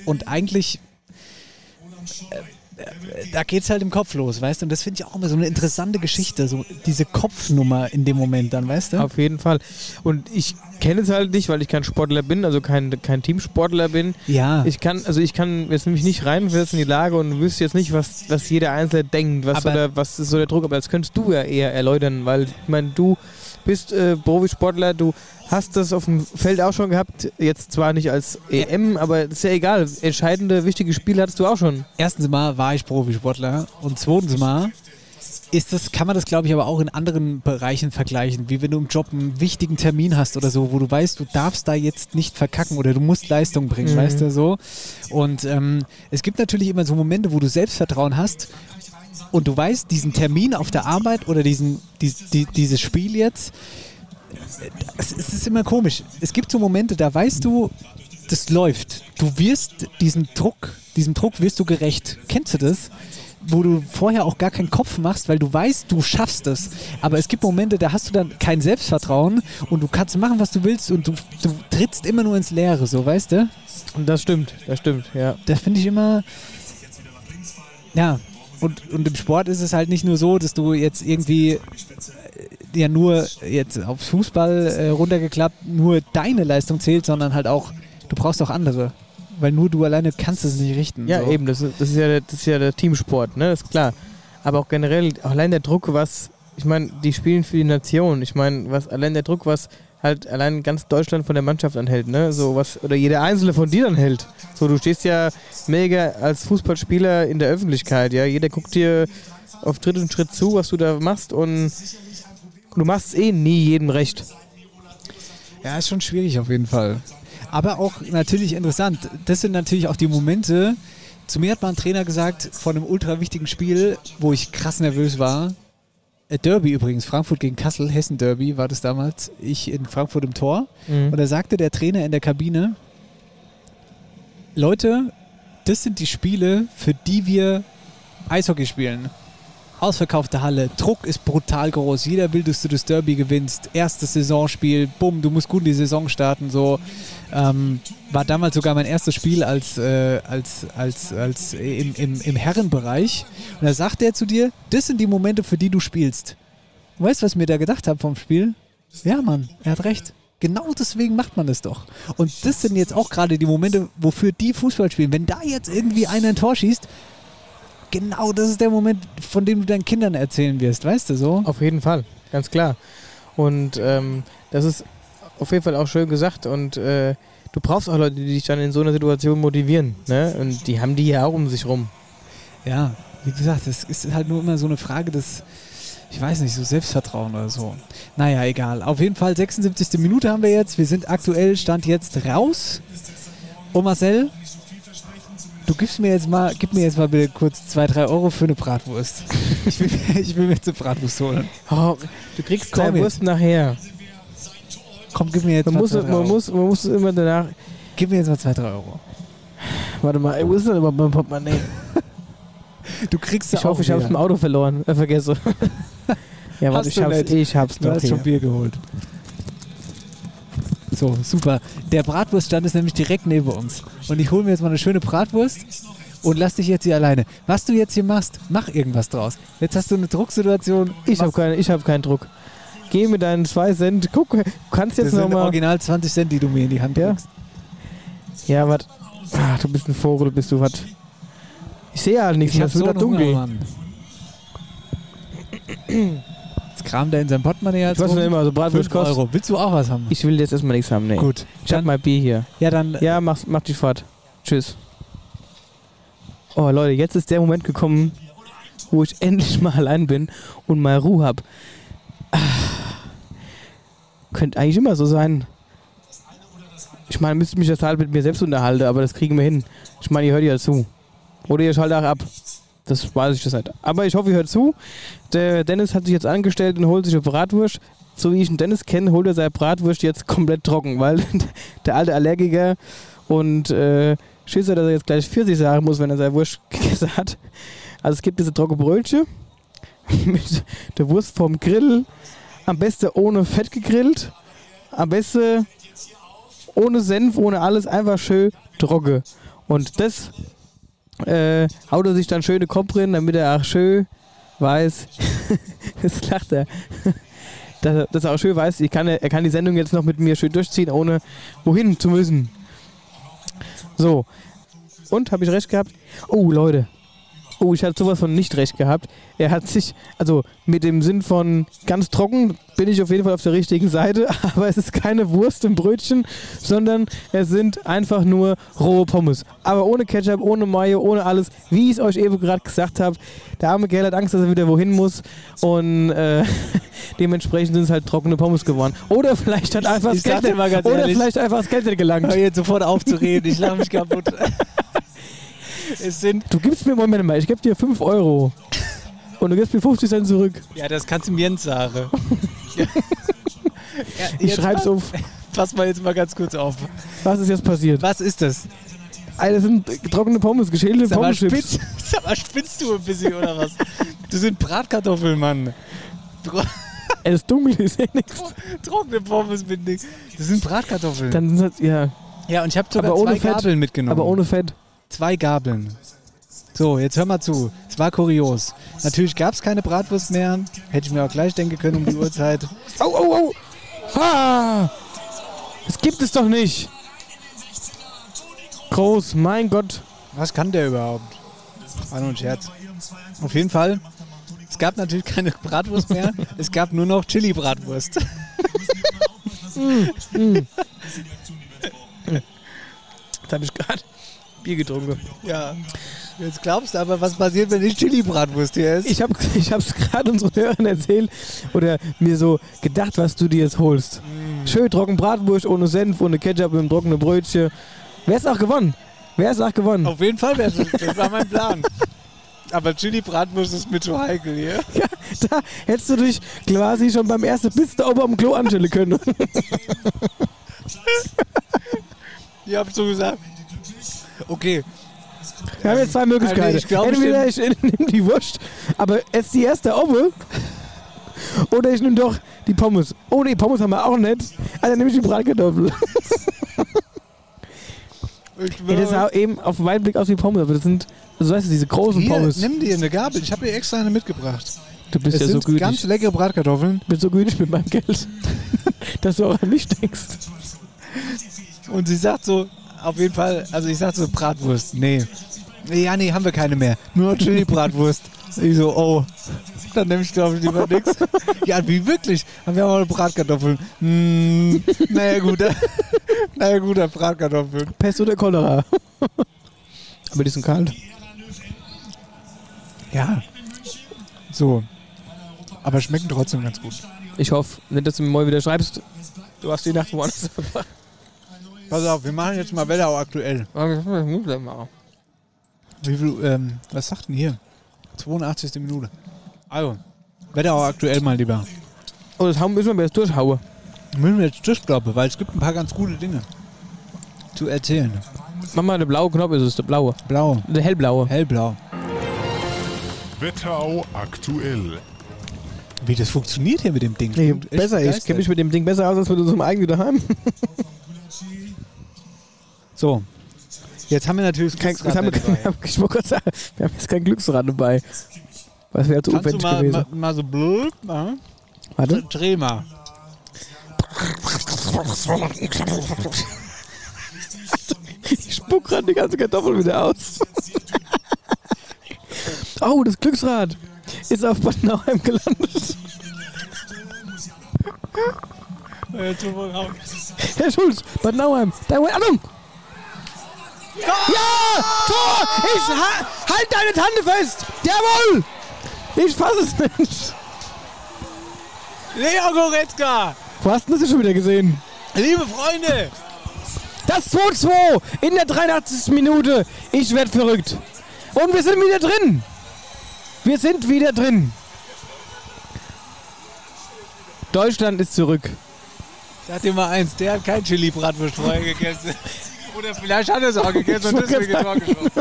S1: Und eigentlich. Äh, da geht's halt im Kopf los, weißt du? Und das finde ich auch immer so eine interessante Geschichte, so diese Kopfnummer in dem Moment dann, weißt du?
S2: Auf jeden Fall. Und ich kenne es halt nicht, weil ich kein Sportler bin, also kein, kein Teamsportler bin.
S1: Ja.
S2: Ich kann, also ich kann jetzt nämlich nicht reinversetzen in die Lage und wüsste jetzt nicht, was, was jeder Einzelne denkt, was, so der, was ist so der Druck, aber das könntest du ja eher erläutern, weil ich meine, du bist äh, Profisportler, du hast das auf dem Feld auch schon gehabt, jetzt zwar nicht als EM, aber ist ja egal, entscheidende, wichtige Spiele hattest du auch schon.
S1: Erstens mal war ich Profisportler und zweitens mal ist das, kann man das glaube ich aber auch in anderen Bereichen vergleichen, wie wenn du im Job einen wichtigen Termin hast oder so, wo du weißt, du darfst da jetzt nicht verkacken oder du musst Leistung bringen,
S10: Mhm.
S1: weißt du so. Und ähm, es gibt natürlich immer so Momente, wo du Selbstvertrauen hast und du weißt, diesen Termin auf der Arbeit oder diesen, dies- die, dieses Spiel jetzt, es, es ist immer komisch. Es gibt so Momente, da weißt du, das läuft. Du wirst diesem Druck, diesem Druck wirst du gerecht. Kennst du das? Wo du vorher auch gar keinen Kopf machst, weil du weißt, du schaffst es. Aber es gibt Momente, da hast du dann kein Selbstvertrauen und du kannst machen, was du willst und du, du trittst immer nur ins Leere, so weißt du?
S2: Und das stimmt, das stimmt, ja.
S1: Das finde ich immer. Ja, und, und im Sport ist es halt nicht nur so, dass du jetzt irgendwie äh, ja nur jetzt aufs Fußball äh, runtergeklappt, nur deine Leistung zählt, sondern halt auch, du brauchst auch andere. Weil nur du alleine kannst es nicht richten.
S2: Ja,
S1: so.
S2: eben, das ist, das, ist ja, der- das ist ja der Teamsport, ne? Das ist klar. Aber auch generell, allein der Druck, was, ich meine, die spielen für die Nation. Ich meine, was allein der Druck, was halt allein ganz Deutschland von der Mannschaft anhält, ne? So was, oder jeder einzelne von dir dann hält. So, du stehst ja mega als Fußballspieler in der Öffentlichkeit, ja. Jeder guckt dir auf Tritt und Schritt zu, was du da machst und du machst eh nie jedem recht.
S1: Ja, ist schon schwierig auf jeden Fall. Aber auch natürlich interessant. Das sind natürlich auch die Momente. Zu mir hat mal ein Trainer gesagt, von einem ultra wichtigen Spiel, wo ich krass nervös war. Äh, Derby übrigens, Frankfurt gegen Kassel, Hessen Derby war das damals. Ich in Frankfurt im Tor.
S2: Mhm.
S1: Und da sagte der Trainer in der Kabine: Leute, das sind die Spiele, für die wir Eishockey spielen. Ausverkaufte Halle, Druck ist brutal groß. Jeder will, dass du das Derby gewinnst. Erstes Saisonspiel, bumm, du musst gut in die Saison starten. So ähm, war damals sogar mein erstes Spiel als, äh, als, als, als im, im, im Herrenbereich. Und da sagt er zu dir: Das sind die Momente, für die du spielst. Weißt du, was ich mir da gedacht habe vom Spiel? Ja, Mann, er hat recht. Genau deswegen macht man das doch. Und das sind jetzt auch gerade die Momente, wofür die Fußball spielen. Wenn da jetzt irgendwie einer ein Tor schießt, genau das ist der Moment, von dem du deinen Kindern erzählen wirst, weißt du so?
S2: Auf jeden Fall, ganz klar. Und ähm, das ist auf jeden Fall auch schön gesagt. Und äh, du brauchst auch Leute, die dich dann in so einer Situation motivieren. Ne? Und die haben die ja auch um sich rum.
S1: Ja, wie gesagt, es ist halt nur immer so eine Frage des, ich weiß nicht, so Selbstvertrauen oder so. Naja, egal. Auf jeden Fall 76. Minute haben wir jetzt. Wir sind aktuell, stand jetzt raus. Und Marcel, du gibst mir jetzt mal, gib mir jetzt mal bitte kurz 2, 3 Euro für eine Bratwurst. Ich will, ich will mir jetzt eine Bratwurst holen.
S2: Oh, du kriegst
S1: Komm
S2: deine
S1: jetzt.
S2: Wurst nachher.
S1: Komm, gib mir jetzt
S2: man
S1: mal
S2: muss,
S1: zwei, drei
S2: man,
S1: Euro.
S2: muss, man muss immer danach.
S1: Gib mir jetzt mal 2, 3 Euro.
S2: Warte mal, ey, wo ist denn überhaupt mein Portemonnaie?
S1: Du kriegst
S2: Ich hoffe, ich habe es im Auto verloren. Äh, vergesse. ja, warte,
S1: Hast
S2: ich
S1: du
S2: hab's,
S1: nicht.
S2: ich hab's
S1: Du
S2: doch
S1: hast
S2: hier.
S1: schon Bier geholt. So, super. Der Bratwurststand ist nämlich direkt neben uns. Und ich hole mir jetzt mal eine schöne Bratwurst und lass dich jetzt hier alleine. Was du jetzt hier machst, mach irgendwas draus. Jetzt hast du eine Drucksituation.
S2: Ich habe keine, ich hab keinen Druck. Geh mir deinen 2 Cent. Guck, du kannst
S1: Das
S2: jetzt
S1: sind
S2: nochmal.
S1: original 20 Cent, die du mir in die Hand drückst.
S2: Ja, was? Ah, du bist ein Vogel, bist du was? Ich sehe halt nichts,
S1: Ich
S2: mehr,
S1: hab
S2: es wird
S1: so
S2: halt
S1: einen Hunger,
S2: dunkel.
S1: Mann. Jetzt kramt er in sein Portemonnaie.
S2: Ich weiß nicht immer, so Bratwurst
S1: Fünf Euro. Willst du auch was haben?
S2: Ich will jetzt erstmal nichts haben, nee.
S1: Gut.
S2: Ich hab mein Bier hier.
S1: Ja, dann
S2: Ja, mach, mach die Fahrt. Tschüss. Oh, Leute, jetzt ist der Moment gekommen, wo ich endlich mal allein bin und mal Ruhe hab. Ah. Könnte eigentlich immer so sein. Ich meine, müsste mich das halt mit mir selbst unterhalten, aber das kriegen wir hin. Ich meine, ihr hört ja zu. Oder ihr schaltet auch ab. Das weiß ich das nicht. Aber ich hoffe, ihr hört zu. Der Dennis hat sich jetzt angestellt und holt sich eine Bratwurst. So wie ich den Dennis kenne, holt er seine Bratwurst jetzt komplett trocken, weil der alte Allergiker und äh, Schisser, dass er jetzt gleich 40 sagen muss, wenn er seine Wurst gegessen hat. Also es gibt diese trockene Brötchen mit der Wurst vom Grill. Am besten ohne Fett gegrillt. Am besten ohne Senf, ohne alles, einfach schön trocken. Und das äh, haut er sich dann schöne Kopf rein, damit er auch schön weiß, jetzt lacht er, dass er, dass er auch schön weiß, ich kann, er kann die Sendung jetzt noch mit mir schön durchziehen, ohne wohin zu müssen. So. Und, habe ich recht gehabt? Oh, Leute. Oh, ich hatte sowas von nicht recht gehabt. Er hat sich, also mit dem Sinn von ganz trocken, bin ich auf jeden Fall auf der richtigen Seite, aber es ist keine Wurst im Brötchen, sondern es sind einfach nur rohe Pommes. Aber ohne Ketchup, ohne Mayo, ohne alles, wie ich es euch eben gerade gesagt habe. Der arme Kerl hat Angst, dass er wieder wohin muss und äh, dementsprechend sind es halt trockene Pommes geworden. Oder vielleicht hat einfach das
S1: Ich sag
S2: Geld
S1: dir mal ganz
S2: oder
S1: ehrlich.
S2: vielleicht einfach das Geld nicht gelangt.
S1: Hör jetzt sofort auf zu reden, ich lache mich kaputt. es sind
S2: Du gibst mir, Moment mal, ich gebe dir 5 Euro. Und du gibst mir 50 Cent zurück.
S1: Ja, das kannst du mir Jens sagen. Ja,
S2: Ich
S1: jetzt
S2: schreib's
S1: mal-
S2: auf.
S1: Pass mal jetzt mal ganz kurz auf.
S2: Was ist jetzt passiert?
S1: Was ist das?
S2: Alter, das sind trockene Pommes, geschälte
S1: Sag mal,
S2: Pommes.
S1: spitz, sag mal, spinnst du ein bisschen oder was? Das sind Bratkartoffeln, Mann. Tro
S2: Es ist dunkel, ich sehe nichts.
S1: trockene Pommes mit nichts. Das sind Bratkartoffeln.
S2: Dann sind das, ja.
S1: ja, und ich habe sogar
S2: Aber ohne
S1: zwei
S2: Fett.
S1: Gabeln mitgenommen.
S2: Aber ohne Fett.
S1: Zwei Gabeln. So, jetzt hör mal zu. Es war kurios. Natürlich gab es keine Bratwurst mehr. Hätte ich mir auch gleich denken können um die Uhrzeit.
S2: Au, au, au! Ha! Das gibt es doch nicht! Groß, mein Gott.
S1: Was kann der überhaupt? War nur ein Scherz. Auf jeden Fall, es gab natürlich keine Bratwurst mehr. es gab nur noch Chili-Bratwurst.
S2: Jetzt habe ich gerade Bier getrunken.
S1: ja. Jetzt glaubst du aber, was passiert, wenn nicht Chili-Bratwurst hier ist.
S2: Ich habe es gerade unseren Hörern erzählt oder mir so gedacht, was du dir jetzt holst.
S1: Mm.
S2: Schön trocken Bratwurst ohne Senf, ohne Ketchup, mit einem trockenen Brötchen. Wer ist auch gewonnen? Wer ist auch gewonnen?
S1: Auf jeden Fall, das, das war mein Plan. Aber Chili-Bratwurst ist mir zu heikel hier.
S2: Ja, da hättest du dich quasi schon beim ersten Biss da oben am Klo anstellen können.
S1: Ich hab so gesagt. Okay,
S2: Wir haben jetzt zwei Möglichkeiten.
S1: Also ich glaub, ich
S2: Entweder ich nehme die Wurst, aber ess die erste Obbe. Oder ich nehme doch die Pommes. Oh nee, Pommes haben wir auch nicht. Also nehme ich die Bratkartoffel.
S1: ich
S2: Ey, das sah eben auf den weiten Blick aus wie Pommes, aber das sind, also weißt du, diese großen
S1: hier,
S2: Pommes.
S1: nimm dir eine Gabel. Ich habe dir extra eine mitgebracht.
S2: Du bist
S1: es
S2: ja so
S1: sind
S2: gütig.
S1: ganz leckere Bratkartoffeln
S2: ich bin so gütig mit meinem Geld, dass du auch an mich denkst.
S1: und sie sagt so, auf jeden Fall, also ich sag so Bratwurst. Nee. Ja, nee, haben wir keine mehr. Nur noch Chili-Bratwurst. ich so, oh, dann nehme ich glaube ich lieber nichts. Ja, wie wirklich? Haben wir auch mal Bratkartoffeln. Hm, naja, gut. naja, gut, dann Bratkartoffeln.
S2: Pest oder Cholera. aber die sind kalt.
S1: Ja. So. Aber schmecken trotzdem ganz gut.
S2: Ich hoffe, nicht, dass du mir mal wieder schreibst, du hast die Nacht woanders verbracht.
S1: Pass auf, wir machen jetzt mal Wetterau aktuell. Wie viel, ähm, was sagt denn hier? 82. Minute. Also, Wetterau aktuell mal lieber.
S2: Oh, das haben- müssen wir aber jetzt durchhauen.
S1: Müssen wir jetzt durchklappen, weil es gibt ein paar ganz gute Dinge zu erzählen.
S2: Mach mal, der blaue Knopf ist es, der blaue.
S1: Blau,
S2: Der hellblaue.
S1: hellblau.
S12: Wetterau aktuell.
S1: Wie das funktioniert hier mit dem Ding.
S2: Nee,
S1: Bin echt
S2: besser, ich
S1: begeistert.
S2: kenne mich mit dem Ding besser aus als mit unserem eigenen daheim.
S1: So. Jetzt haben wir natürlich
S2: Kein,
S1: Glücksrad
S2: jetzt haben wir,
S1: dabei.
S2: kein- wir, haben, ich wollte gerade sagen, wir haben jetzt kein Glücksrad dabei. Was wäre zu
S1: Kannst du
S2: aufwendig
S1: mal,
S2: gewesen.
S1: mal, mal so blöd machen?
S2: Warte.
S1: Dreh mal.
S2: Ich spuck gerade die ganze Kartoffel wieder aus. oh, das Glücksrad ist auf Bad Nauheim gelandet.
S1: Jetzt sind wir raus.
S2: Herr Schulz, Bad Nauheim, dein Achtung! Ja! Tor! Ich ha halt deine Tante fest! Jawohl! Ich fasse es nicht!
S1: Leon Goretzka!
S2: Wo hast du das denn schon wieder gesehen?
S1: Liebe Freunde!
S2: Das 2-2 in der 83. Minute. Ich werd verrückt. Und wir sind wieder drin. Wir sind wieder drin. Deutschland ist zurück.
S1: Sag dir mal eins, der hat kein Chili-Bratwurst vorher gegessen. Oder vielleicht hat er es auch gegessen und deswegen Tor geschossen.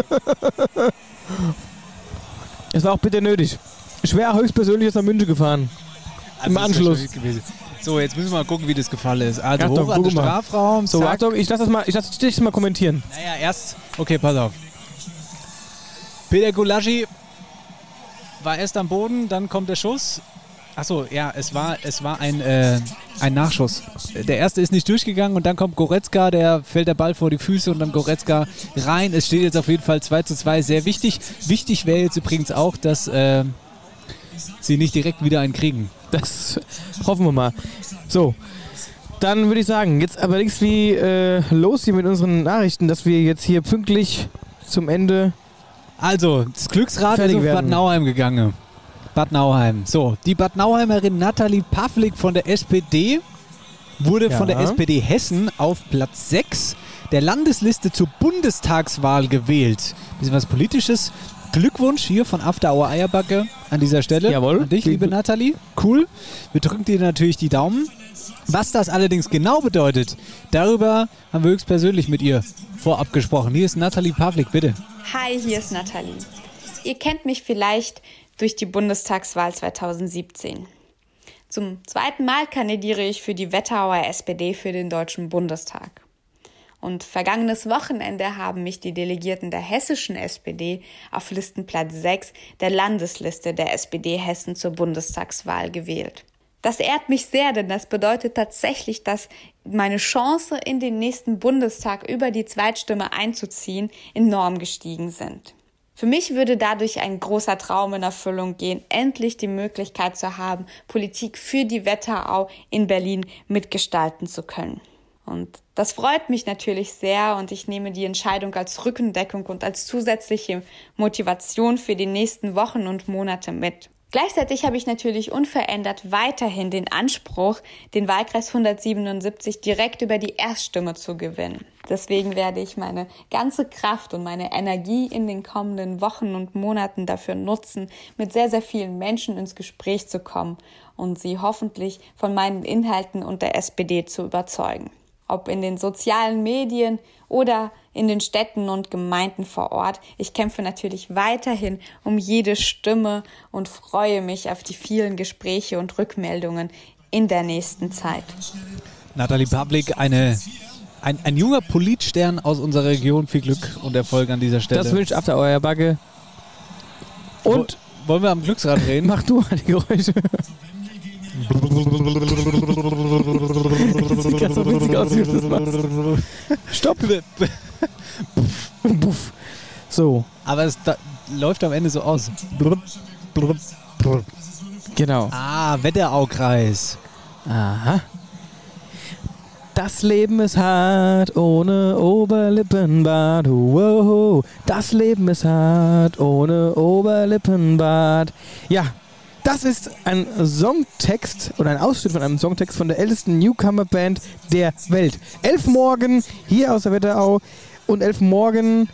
S2: Es war auch bitter nötig. Ich wäre höchstpersönlich jetzt nach München gefahren. Im
S1: das ist
S2: Anschluss.
S1: ja schon gewesen. So, jetzt müssen wir mal gucken, wie das gefallen ist. Also
S2: Achtung,
S1: hoch an den
S2: guck mal.
S1: Strafraum.
S2: So,
S1: zack.
S2: Achtung, ich lasse das mal, ich lasse dich mal kommentieren.
S1: Naja, erst. Okay, pass auf. Peter Gulaschi war erst am Boden, dann kommt der Schuss. Achso, ja, es war, es war ein, äh, ein Nachschuss. Der erste ist nicht durchgegangen und dann kommt Goretzka, der fällt der Ball vor die Füße und dann Goretzka rein. Es steht jetzt auf jeden Fall 2 zu 2, sehr wichtig. Wichtig wäre jetzt übrigens auch, dass äh, sie nicht direkt wieder einen kriegen.
S2: Das hoffen wir mal. So, dann würde ich sagen, jetzt aber nichts wie äh, los hier mit unseren Nachrichten, dass wir jetzt hier pünktlich zum Ende.
S1: Also, das Glücksrad ist auf Bad Nauheim gegangen. Bad Nauheim. So, die Bad Nauheimerin Nathalie Pavlik von der SPD wurde
S2: Ja.
S1: von der SPD Hessen auf Platz 6 der Landesliste zur Bundestagswahl gewählt. Bisschen was Politisches. Glückwunsch hier von After Hour Eierbacke an dieser Stelle. Jawohl. An dich, liebe Nathalie. Cool. Wir drücken dir natürlich die Daumen. Was das allerdings genau bedeutet, darüber haben wir höchstpersönlich mit ihr vorab gesprochen. Hier ist Nathalie Pavlik, bitte.
S11: Hi, hier ist Nathalie. Ihr kennt mich vielleicht durch die Bundestagswahl 2017. Zum zweiten Mal kandidiere ich für die Wetterauer SPD für den Deutschen Bundestag. Und vergangenes Wochenende haben mich die Delegierten der hessischen SPD auf Listenplatz 6 der Landesliste der SPD Hessen zur Bundestagswahl gewählt. Das ehrt mich sehr, denn das bedeutet tatsächlich, dass meine Chance, in den nächsten Bundestag über die Zweitstimme einzuziehen, enorm gestiegen sind. Für mich würde dadurch ein großer Traum in Erfüllung gehen, endlich die Möglichkeit zu haben, Politik für die Wetterau in Berlin mitgestalten zu können. Und das freut mich natürlich sehr und ich nehme die Entscheidung als Rückendeckung und als zusätzliche Motivation für die nächsten Wochen und Monate mit. Gleichzeitig habe ich natürlich unverändert weiterhin den Anspruch, den Wahlkreis 177 direkt über die Erststimme zu gewinnen. Deswegen werde ich meine ganze Kraft und meine Energie in den kommenden Wochen und Monaten dafür nutzen, mit sehr, sehr vielen Menschen ins Gespräch zu kommen und sie hoffentlich von meinen Inhalten und der SPD zu überzeugen ob in den sozialen Medien oder in den Städten und Gemeinden vor Ort. Ich kämpfe natürlich weiterhin um jede Stimme und freue mich auf die vielen Gespräche und Rückmeldungen in der nächsten Zeit.
S1: Nathalie Pavlik, eine, ein, ein junger Politstern aus unserer Region. Viel Glück und Erfolg an dieser Stelle.
S2: Das wünscht After Euer Bagge. Und
S1: wollen wir am Glücksrad reden?
S2: Mach du mal die Geräusche. das sieht ganz so witzig aus, wie du das machst.
S1: Stopp!
S2: Buff. So.
S1: Aber es da, läuft am Ende so aus.
S2: Genau.
S1: Ah, Wetteraukreis.
S2: Aha. Das Leben ist hart ohne Oberlippenbart. Wow. Das Leben ist hart ohne Oberlippenbart. Ja, das ist ein Songtext oder ein Ausschnitt von einem Songtext von der ältesten Newcomer-Band der Welt. Elf Morgen hier aus der Wetterau und Elf Morgen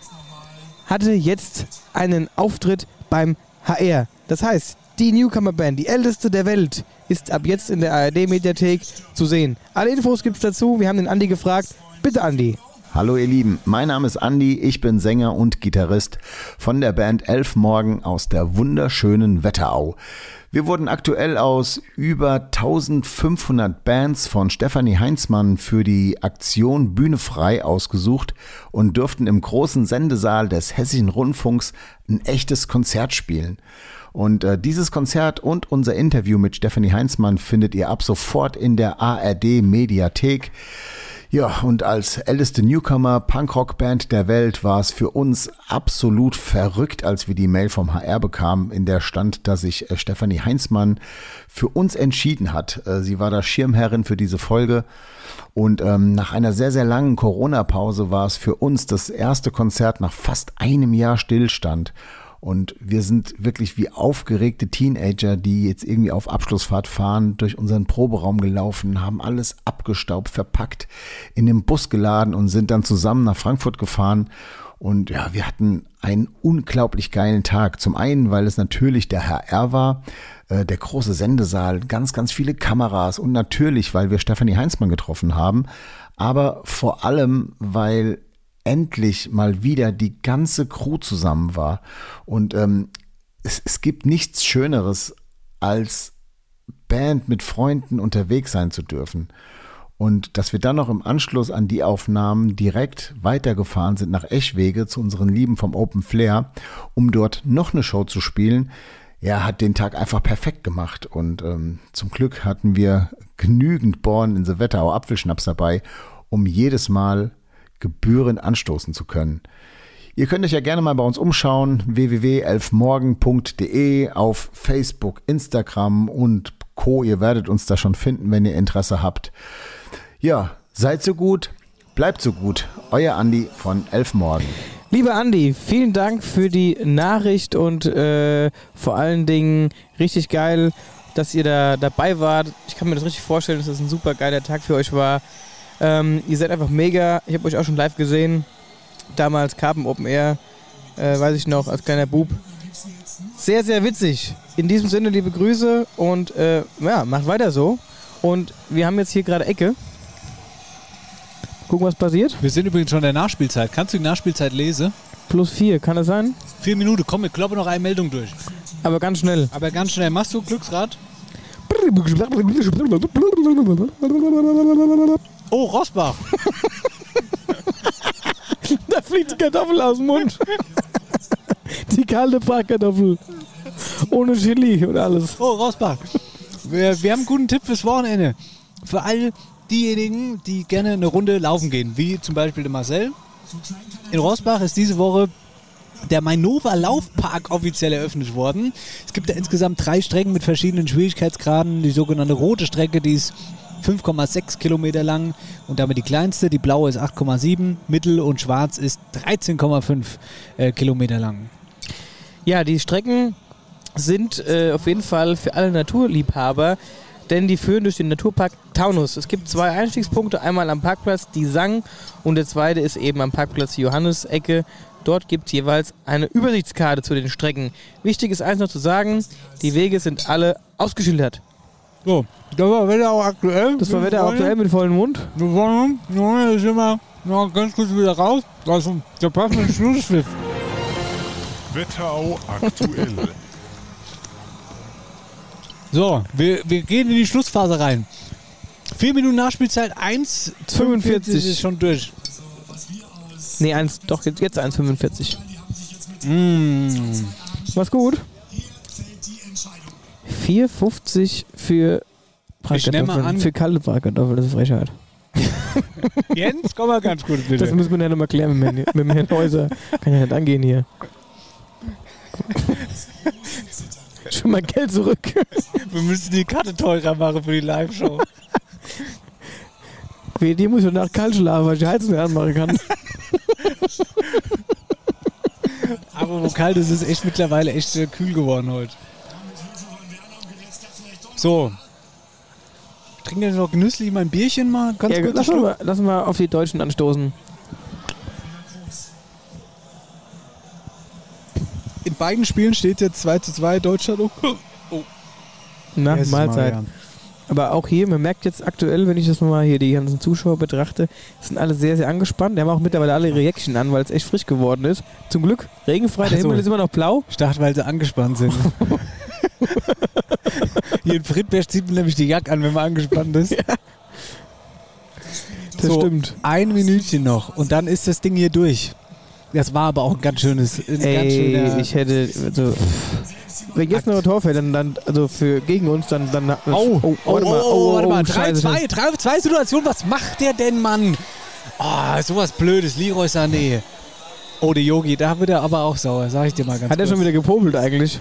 S2: hatte jetzt einen Auftritt beim HR. Das heißt, die Newcomer-Band, die älteste der Welt, ist ab jetzt in der ARD-Mediathek zu sehen. Alle Infos gibt's dazu. Wir haben den Andi gefragt. Bitte, Andi.
S13: Hallo ihr Lieben, mein Name ist Andi, ich bin Sänger und Gitarrist von der Band Elf Morgen aus der wunderschönen Wetterau. Wir wurden aktuell aus über 1500 Bands von Stefanie Heinzmann für die Aktion Bühne frei ausgesucht und dürften im großen Sendesaal des Hessischen Rundfunks ein echtes Konzert spielen. Und äh, dieses Konzert und unser Interview mit Stefanie Heinzmann findet ihr ab sofort in der ARD Mediathek. Ja, und als älteste Newcomer Punkrock-Band der Welt war es für uns absolut verrückt, als wir die Mail vom HR bekamen, in der stand, dass sich äh, Stefanie Heinzmann für uns entschieden hat. Äh, Sie war da Schirmherrin für diese Folge. Und ähm, nach einer sehr, sehr langen Corona-Pause war es für uns das erste Konzert nach fast einem Jahr Stillstand. Und wir sind wirklich wie aufgeregte Teenager, die jetzt irgendwie auf Abschlussfahrt fahren, durch unseren Proberaum gelaufen, haben alles abgestaubt, verpackt, in den Bus geladen und sind dann zusammen nach Frankfurt gefahren. Und ja, wir hatten einen unglaublich geilen Tag. Zum einen, weil es natürlich der HR war, äh, der große Sendesaal, ganz, ganz viele Kameras und natürlich, weil wir Stefanie Heinzmann getroffen haben, aber vor allem, weil endlich mal wieder die ganze Crew zusammen war. Und ähm, es, es gibt nichts Schöneres, als Band mit Freunden unterwegs sein zu dürfen. Und dass wir dann noch im Anschluss an die Aufnahmen direkt weitergefahren sind nach Eschwege zu unseren Lieben vom Open Flair, um dort noch eine Show zu spielen, ja, hat den Tag einfach perfekt gemacht. Und ähm, zum Glück hatten wir genügend Born in the Wetterau Apfelschnaps dabei, um jedes Mal gebührend anstoßen zu können. Ihr könnt euch ja gerne mal bei uns umschauen, www.elfmorgen.de auf Facebook, Instagram und Co. Ihr werdet uns da schon finden, wenn ihr Interesse habt. Ja, seid so gut, bleibt so gut. Euer Andi von Elfmorgen.
S2: Lieber Andi, vielen Dank für die Nachricht und äh, vor allen Dingen richtig geil, dass ihr da dabei wart. Ich kann mir das richtig vorstellen, dass das ein super geiler Tag für euch war. Ähm, ihr seid einfach mega. Ich habe euch auch schon live gesehen. Damals Carpen Open Air, äh, weiß ich noch, als kleiner Bub. Sehr, sehr witzig. In diesem Sinne, liebe Grüße und äh, ja, macht weiter so. Und wir haben jetzt hier gerade Ecke. Gucken, was passiert.
S1: Wir sind übrigens schon in der Nachspielzeit. Kannst du die Nachspielzeit lesen?
S2: Plus vier, kann das sein?
S1: Vier Minuten, komm, ich kloppe noch eine Meldung durch.
S2: Aber ganz schnell.
S1: Aber ganz schnell. Machst du Glücksrad? Oh, Rosbach.
S2: da fliegt die Kartoffel aus dem Mund. die kalte Bratkartoffel. Ohne Chili und alles.
S1: Oh, Rosbach. Wir, wir haben einen guten Tipp fürs Wochenende. Für all diejenigen, die gerne eine Runde laufen gehen, wie zum Beispiel der Marcel. In Rosbach ist diese Woche der Mainova Laufpark offiziell eröffnet worden. Es gibt da insgesamt drei Strecken mit verschiedenen Schwierigkeitsgraden. Die sogenannte rote Strecke, die ist 5,6 Kilometer lang und damit die kleinste. Die blaue ist 8,7, mittel und schwarz ist 13,5 äh, Kilometer lang.
S2: Ja, die Strecken sind äh, auf jeden Fall für alle Naturliebhaber, denn die führen durch den Naturpark Taunus. Es gibt zwei Einstiegspunkte, einmal am Parkplatz Die Sang und der zweite ist eben am Parkplatz Johannes-Ecke. Dort gibt es jeweils eine Übersichtskarte zu den Strecken. Wichtig ist eins noch zu sagen, die Wege sind alle ausgeschildert.
S1: So, das war Wetter auch aktuell.
S2: Das war Wetter aktuell mit vollem Mund.
S1: Wir wollen ja, jetzt sind wir noch ganz kurz wieder raus. Also, der passende Schlussschliff.
S14: Wetterau aktuell.
S1: So, wir, wir gehen in die Schlussphase rein. Vier Minuten Nachspielzeit, 1,45 ist schon durch.
S2: Nee, eins, doch, jetzt, jetzt 1,45.
S1: Mm.
S2: Mach's gut. 4,50 für
S1: Ich nehme mal
S2: Bratkartoffeln.
S1: an-
S2: Für kalte Bratkartoffeln, das ist halt. Frechheit.
S1: Jens, komm mal ganz kurz bitte.
S2: Das müssen wir ja nochmal klären mit, dem Herrn- mit dem Herrn Häuser. Kann ja nicht angehen hier. Schon mal Geld zurück.
S1: wir müssen die Karte teurer machen für die Live-Show.
S2: Weh, Die muss ich nach kalt schlafen, weil ich die Heizung nicht anmachen kann.
S1: Aber wo kalt ist, ist echt mittlerweile echt äh, kühl geworden heute. So. Trink jetzt noch genüsslich mein Bierchen mal. Ganz
S2: Ja,
S1: kurz
S2: lass,
S1: einen
S2: mal, lass mal auf die Deutschen anstoßen.
S1: Schluck. In beiden Spielen steht jetzt 2 zu 2 Deutschland. Oh. Oh.
S2: Na,
S1: Yes,
S2: Mahlzeit.
S1: Maria.
S2: Aber auch hier, man merkt jetzt aktuell, wenn ich das mal hier die ganzen Zuschauer betrachte, sind alle sehr, sehr angespannt. Die haben auch mittlerweile alle ihre Jäckchen an, weil es echt frisch geworden ist. Zum Glück, regenfrei, der
S1: Ach so.
S2: Himmel ist immer noch blau.
S1: Ich dachte, weil sie angespannt sind. Hier in Friedberg zieht man nämlich die Jacke an, wenn man angespannt ist.
S2: Das stimmt.
S1: Ein Minütchen noch und dann ist das Ding hier durch. Das war aber auch ein ganz schönes. Ein ganz schöner
S2: Ey, ich hätte. Also, wenn jetzt noch ein Tor fällt, dann, dann also für gegen uns, dann. dann
S1: Oh, oh, oh, oh, warte mal. 3,
S2: Scheiße.
S1: 2, 3, 2 Situation. Was macht der denn, Mann? Ah, sowas Blödes. Leroy Sané. Oh, der Yogi, da wird er aber auch sauer, sag ich dir mal ganz
S2: Hat er
S1: kurz.
S2: schon wieder gepobelt eigentlich?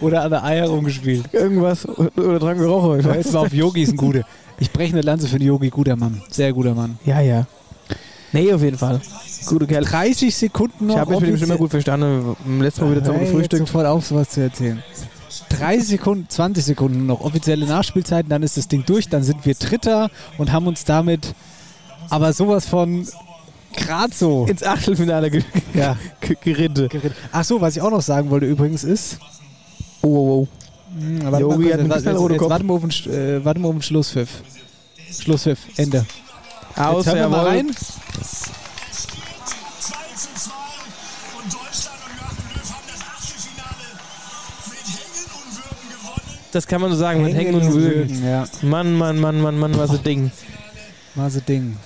S1: Oder an der Eier rumgespielt.
S2: Irgendwas oder dran gerochen? Ich
S1: Ja,
S2: weiß
S1: Jetzt mal auf
S2: nicht.
S1: Yogi ist ein Gute. Ich breche eine Lanze für den Yogi. Guter Mann. Sehr guter Mann.
S2: Ja, ja. Nee, auf jeden Fall. Gute Kerl.
S1: 30 Sekunden noch.
S2: Ich habe mich mit ihm schon immer gut verstanden. Letztes Mal wieder zusammen
S1: gefrühstückt.
S2: gefrühstückt.
S1: Äh, sofort auf, sowas zu erzählen. 30 Sekunden, 20 Sekunden noch offizielle Nachspielzeiten, dann ist das Ding durch, dann sind wir Dritter und haben uns damit aber sowas von grad so.
S2: Ins Achtelfinale ge
S1: Ja.
S2: ge geritte.
S1: geritten. Ach so, was ich auch noch sagen wollte übrigens ist,
S2: Oh, oh, oh.
S1: Hm, warte
S2: Jogi
S1: mal kurz,
S2: hat einen
S1: jetzt-
S2: knallroten
S1: jetzt-
S2: Kopf.
S1: jetzt warten wir auf den Sch- äh, warten wir auf den Schlusspfiff. Schlusspfiff, Ende.
S2: Aus,
S1: jetzt hören wir mal
S2: jawohl.
S1: rein.
S2: Das kann man so sagen, mit Hängen und Würgen.
S1: Ja,
S2: Mann, Mann, Mann, Mann, Mann, was ein Ding.
S1: mal so Ding.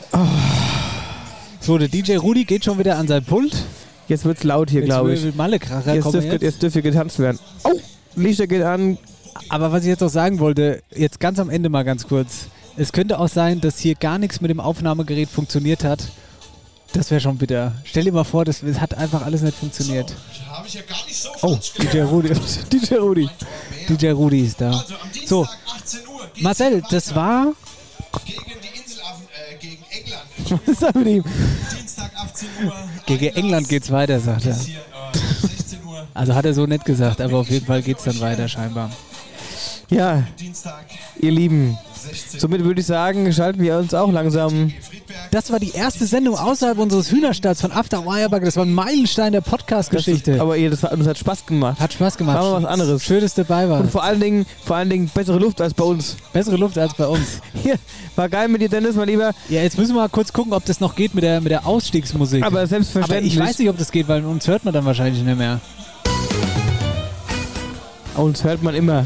S1: So, der DJ Rudi geht schon wieder an sein Pult.
S2: Jetzt wird's laut hier,
S1: Jetzt
S2: glaube
S1: will-
S2: ich.
S1: will Mallekracher
S2: jetzt
S1: kommen
S2: dürfte
S1: jetzt?
S2: jetzt? dürfte getanzt werden. Au! Lichter geht an.
S1: Aber was ich jetzt auch sagen wollte, jetzt ganz am Ende mal ganz kurz. Es könnte auch sein, dass hier gar nichts mit dem Aufnahmegerät funktioniert hat. Das wäre schon bitter. Stell dir mal vor, das es hat einfach alles nicht funktioniert. Oh, DJ Rudi. DJ Rudi. DJ Rudi ist da. So, Marcel, das war.
S2: Was ist da mit ihm?
S1: Gegen England geht's weiter, sagt er. Also hat er so nett gesagt, aber auf jeden Fall geht's dann weiter scheinbar.
S2: Ja, ihr Lieben. Somit würde ich sagen, schalten wir uns auch langsam.
S1: Das war die erste Sendung außerhalb unseres Hühnerstaats von After Wirebug. Das war ein Meilenstein der Podcast-Geschichte.
S2: Aber ihr, das, hat- das hat Spaß gemacht.
S1: Hat Spaß gemacht.
S2: War mal was anderes.
S1: Schön, dass du dabei warst.
S2: Und vor allen Dingen, vor allen Dingen bessere Luft als bei uns.
S1: Bessere Luft als bei uns.
S2: Hier, war geil mit dir, Dennis, mein Lieber.
S1: Ja, jetzt müssen wir mal kurz gucken, ob das noch geht mit der, mit der Ausstiegsmusik.
S2: Aber selbstverständlich.
S1: Aber ich weiß nicht, ob das geht, weil uns hört man dann wahrscheinlich nicht mehr.
S2: Uns hört man immer.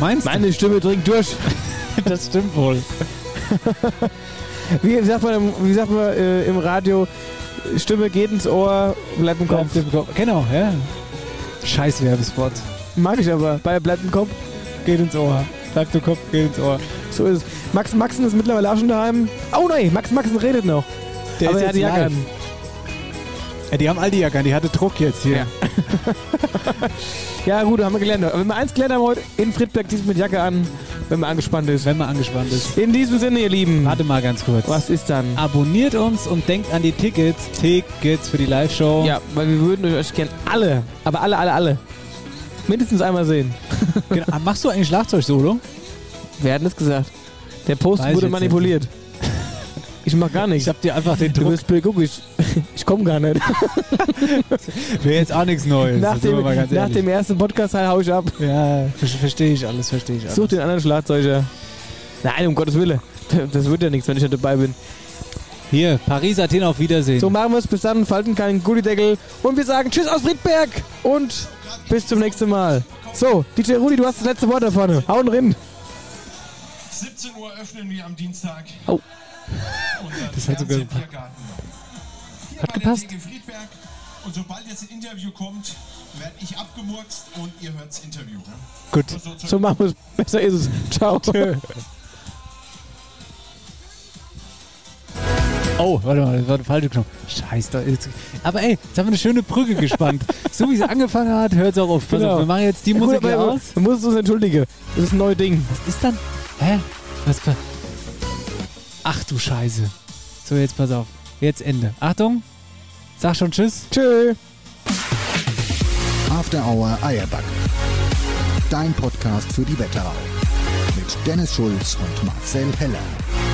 S1: Meinst
S2: Meine Stimme dringt durch.
S1: das stimmt wohl.
S2: Wie sagt man, im- wie sagt man äh, im Radio, Stimme geht ins Ohr, bleibt im Kopf.
S1: Bleibt im Kopf. Genau, ja. Scheiß Werbespot.
S2: Mag ich aber. Bei bleibt im Kopf,
S1: geht ins Ohr. Bleibt im Kopf, geht ins Ohr.
S2: So ist es. Max Maxen ist mittlerweile auch schon daheim. Oh nein, Max Maxen redet noch.
S1: Der
S2: aber
S1: ist
S2: er
S1: jetzt
S2: hat die Jacke
S1: live.
S2: an.
S1: Ja, die haben all die Jackern, die hatte Druck jetzt hier.
S2: Ja gut, haben wir gelernt. Aber wenn wir eins gelernt haben heute, in Friedberg dies mit Jacke an, wenn man angespannt ist.
S1: Wenn man angespannt ist.
S2: In diesem Sinne, ihr Lieben.
S1: Warte mal ganz kurz.
S2: Was ist dann?
S1: Abonniert uns und denkt an die Tickets. Tickets für die Live-Show.
S2: Ja, weil wir würden euch gern alle, aber alle, alle, alle, mindestens einmal sehen.
S1: Genau. Ah, Machst du eigentlich Schlagzeug-Solo?
S2: Wir hatten es gesagt. Der Post
S1: Weiß ich
S2: wurde
S1: jetzt
S2: manipuliert. Ich mach gar
S1: Ich
S2: nichts.
S1: hab dir einfach den
S2: Du
S1: Druck.
S2: bist Bill Cook, ich, ich komm gar nicht.
S1: Wäre jetzt auch nichts Neues.
S2: Nach
S1: sind wir
S2: dem,
S1: mal ganz
S2: nach
S1: ehrlich.
S2: dem ersten Podcast halt hau ich ab.
S1: Ja, ver- verstehe ich alles, verstehe ich alles.
S2: Such den anderen Schlagzeuger. Nein, um Gottes Willen. Das wird ja nichts, wenn ich nicht dabei bin.
S1: Hier, Paris, Athen, auf Wiedersehen.
S2: So machen wir es. Bis dann, falten keinen Gullideckel. Und wir sagen Tschüss aus Friedberg. Und bis zum nächsten Mal. So, DJ Rudi, du hast das letzte Wort da vorne. Hauen rein.
S14: 17 Uhr öffnen wir am Dienstag.
S2: Oh.
S14: Und dann
S2: Das hat sogar-
S14: Fernseh Biergarten. Hier
S2: Hat
S14: bei
S2: gepasst.
S14: Der TG Friedberg. Und sobald jetzt ein Interview kommt, werde ich abgemurkst und ihr hört's Interview. ne?
S1: Gut.
S2: So machen wir es. Besser ist es. Ciao.
S1: Oh, warte mal, das war der falsche Knopf. Scheiß da. Jetzt. Aber ey, jetzt haben wir eine schöne Brücke gespannt. so wie es angefangen hat, hört es auch auf. Pass
S2: Genau.
S1: auf, wir machen jetzt die
S2: Ja, gut,
S1: Musik
S2: aber
S1: hier
S2: wir-
S1: aus.
S2: Wir müssen uns entschuldigen. Das ist ein neues Ding.
S1: Was ist dann? Hä? Was pa- Ach du Scheiße. So, jetzt pass auf. Jetzt Ende. Achtung. Sag schon Tschüss.
S2: Tschö.
S4: After Hour Eierback. Dein Podcast für die Wetterau. Mit Dennis Schulz und Marcel Heller.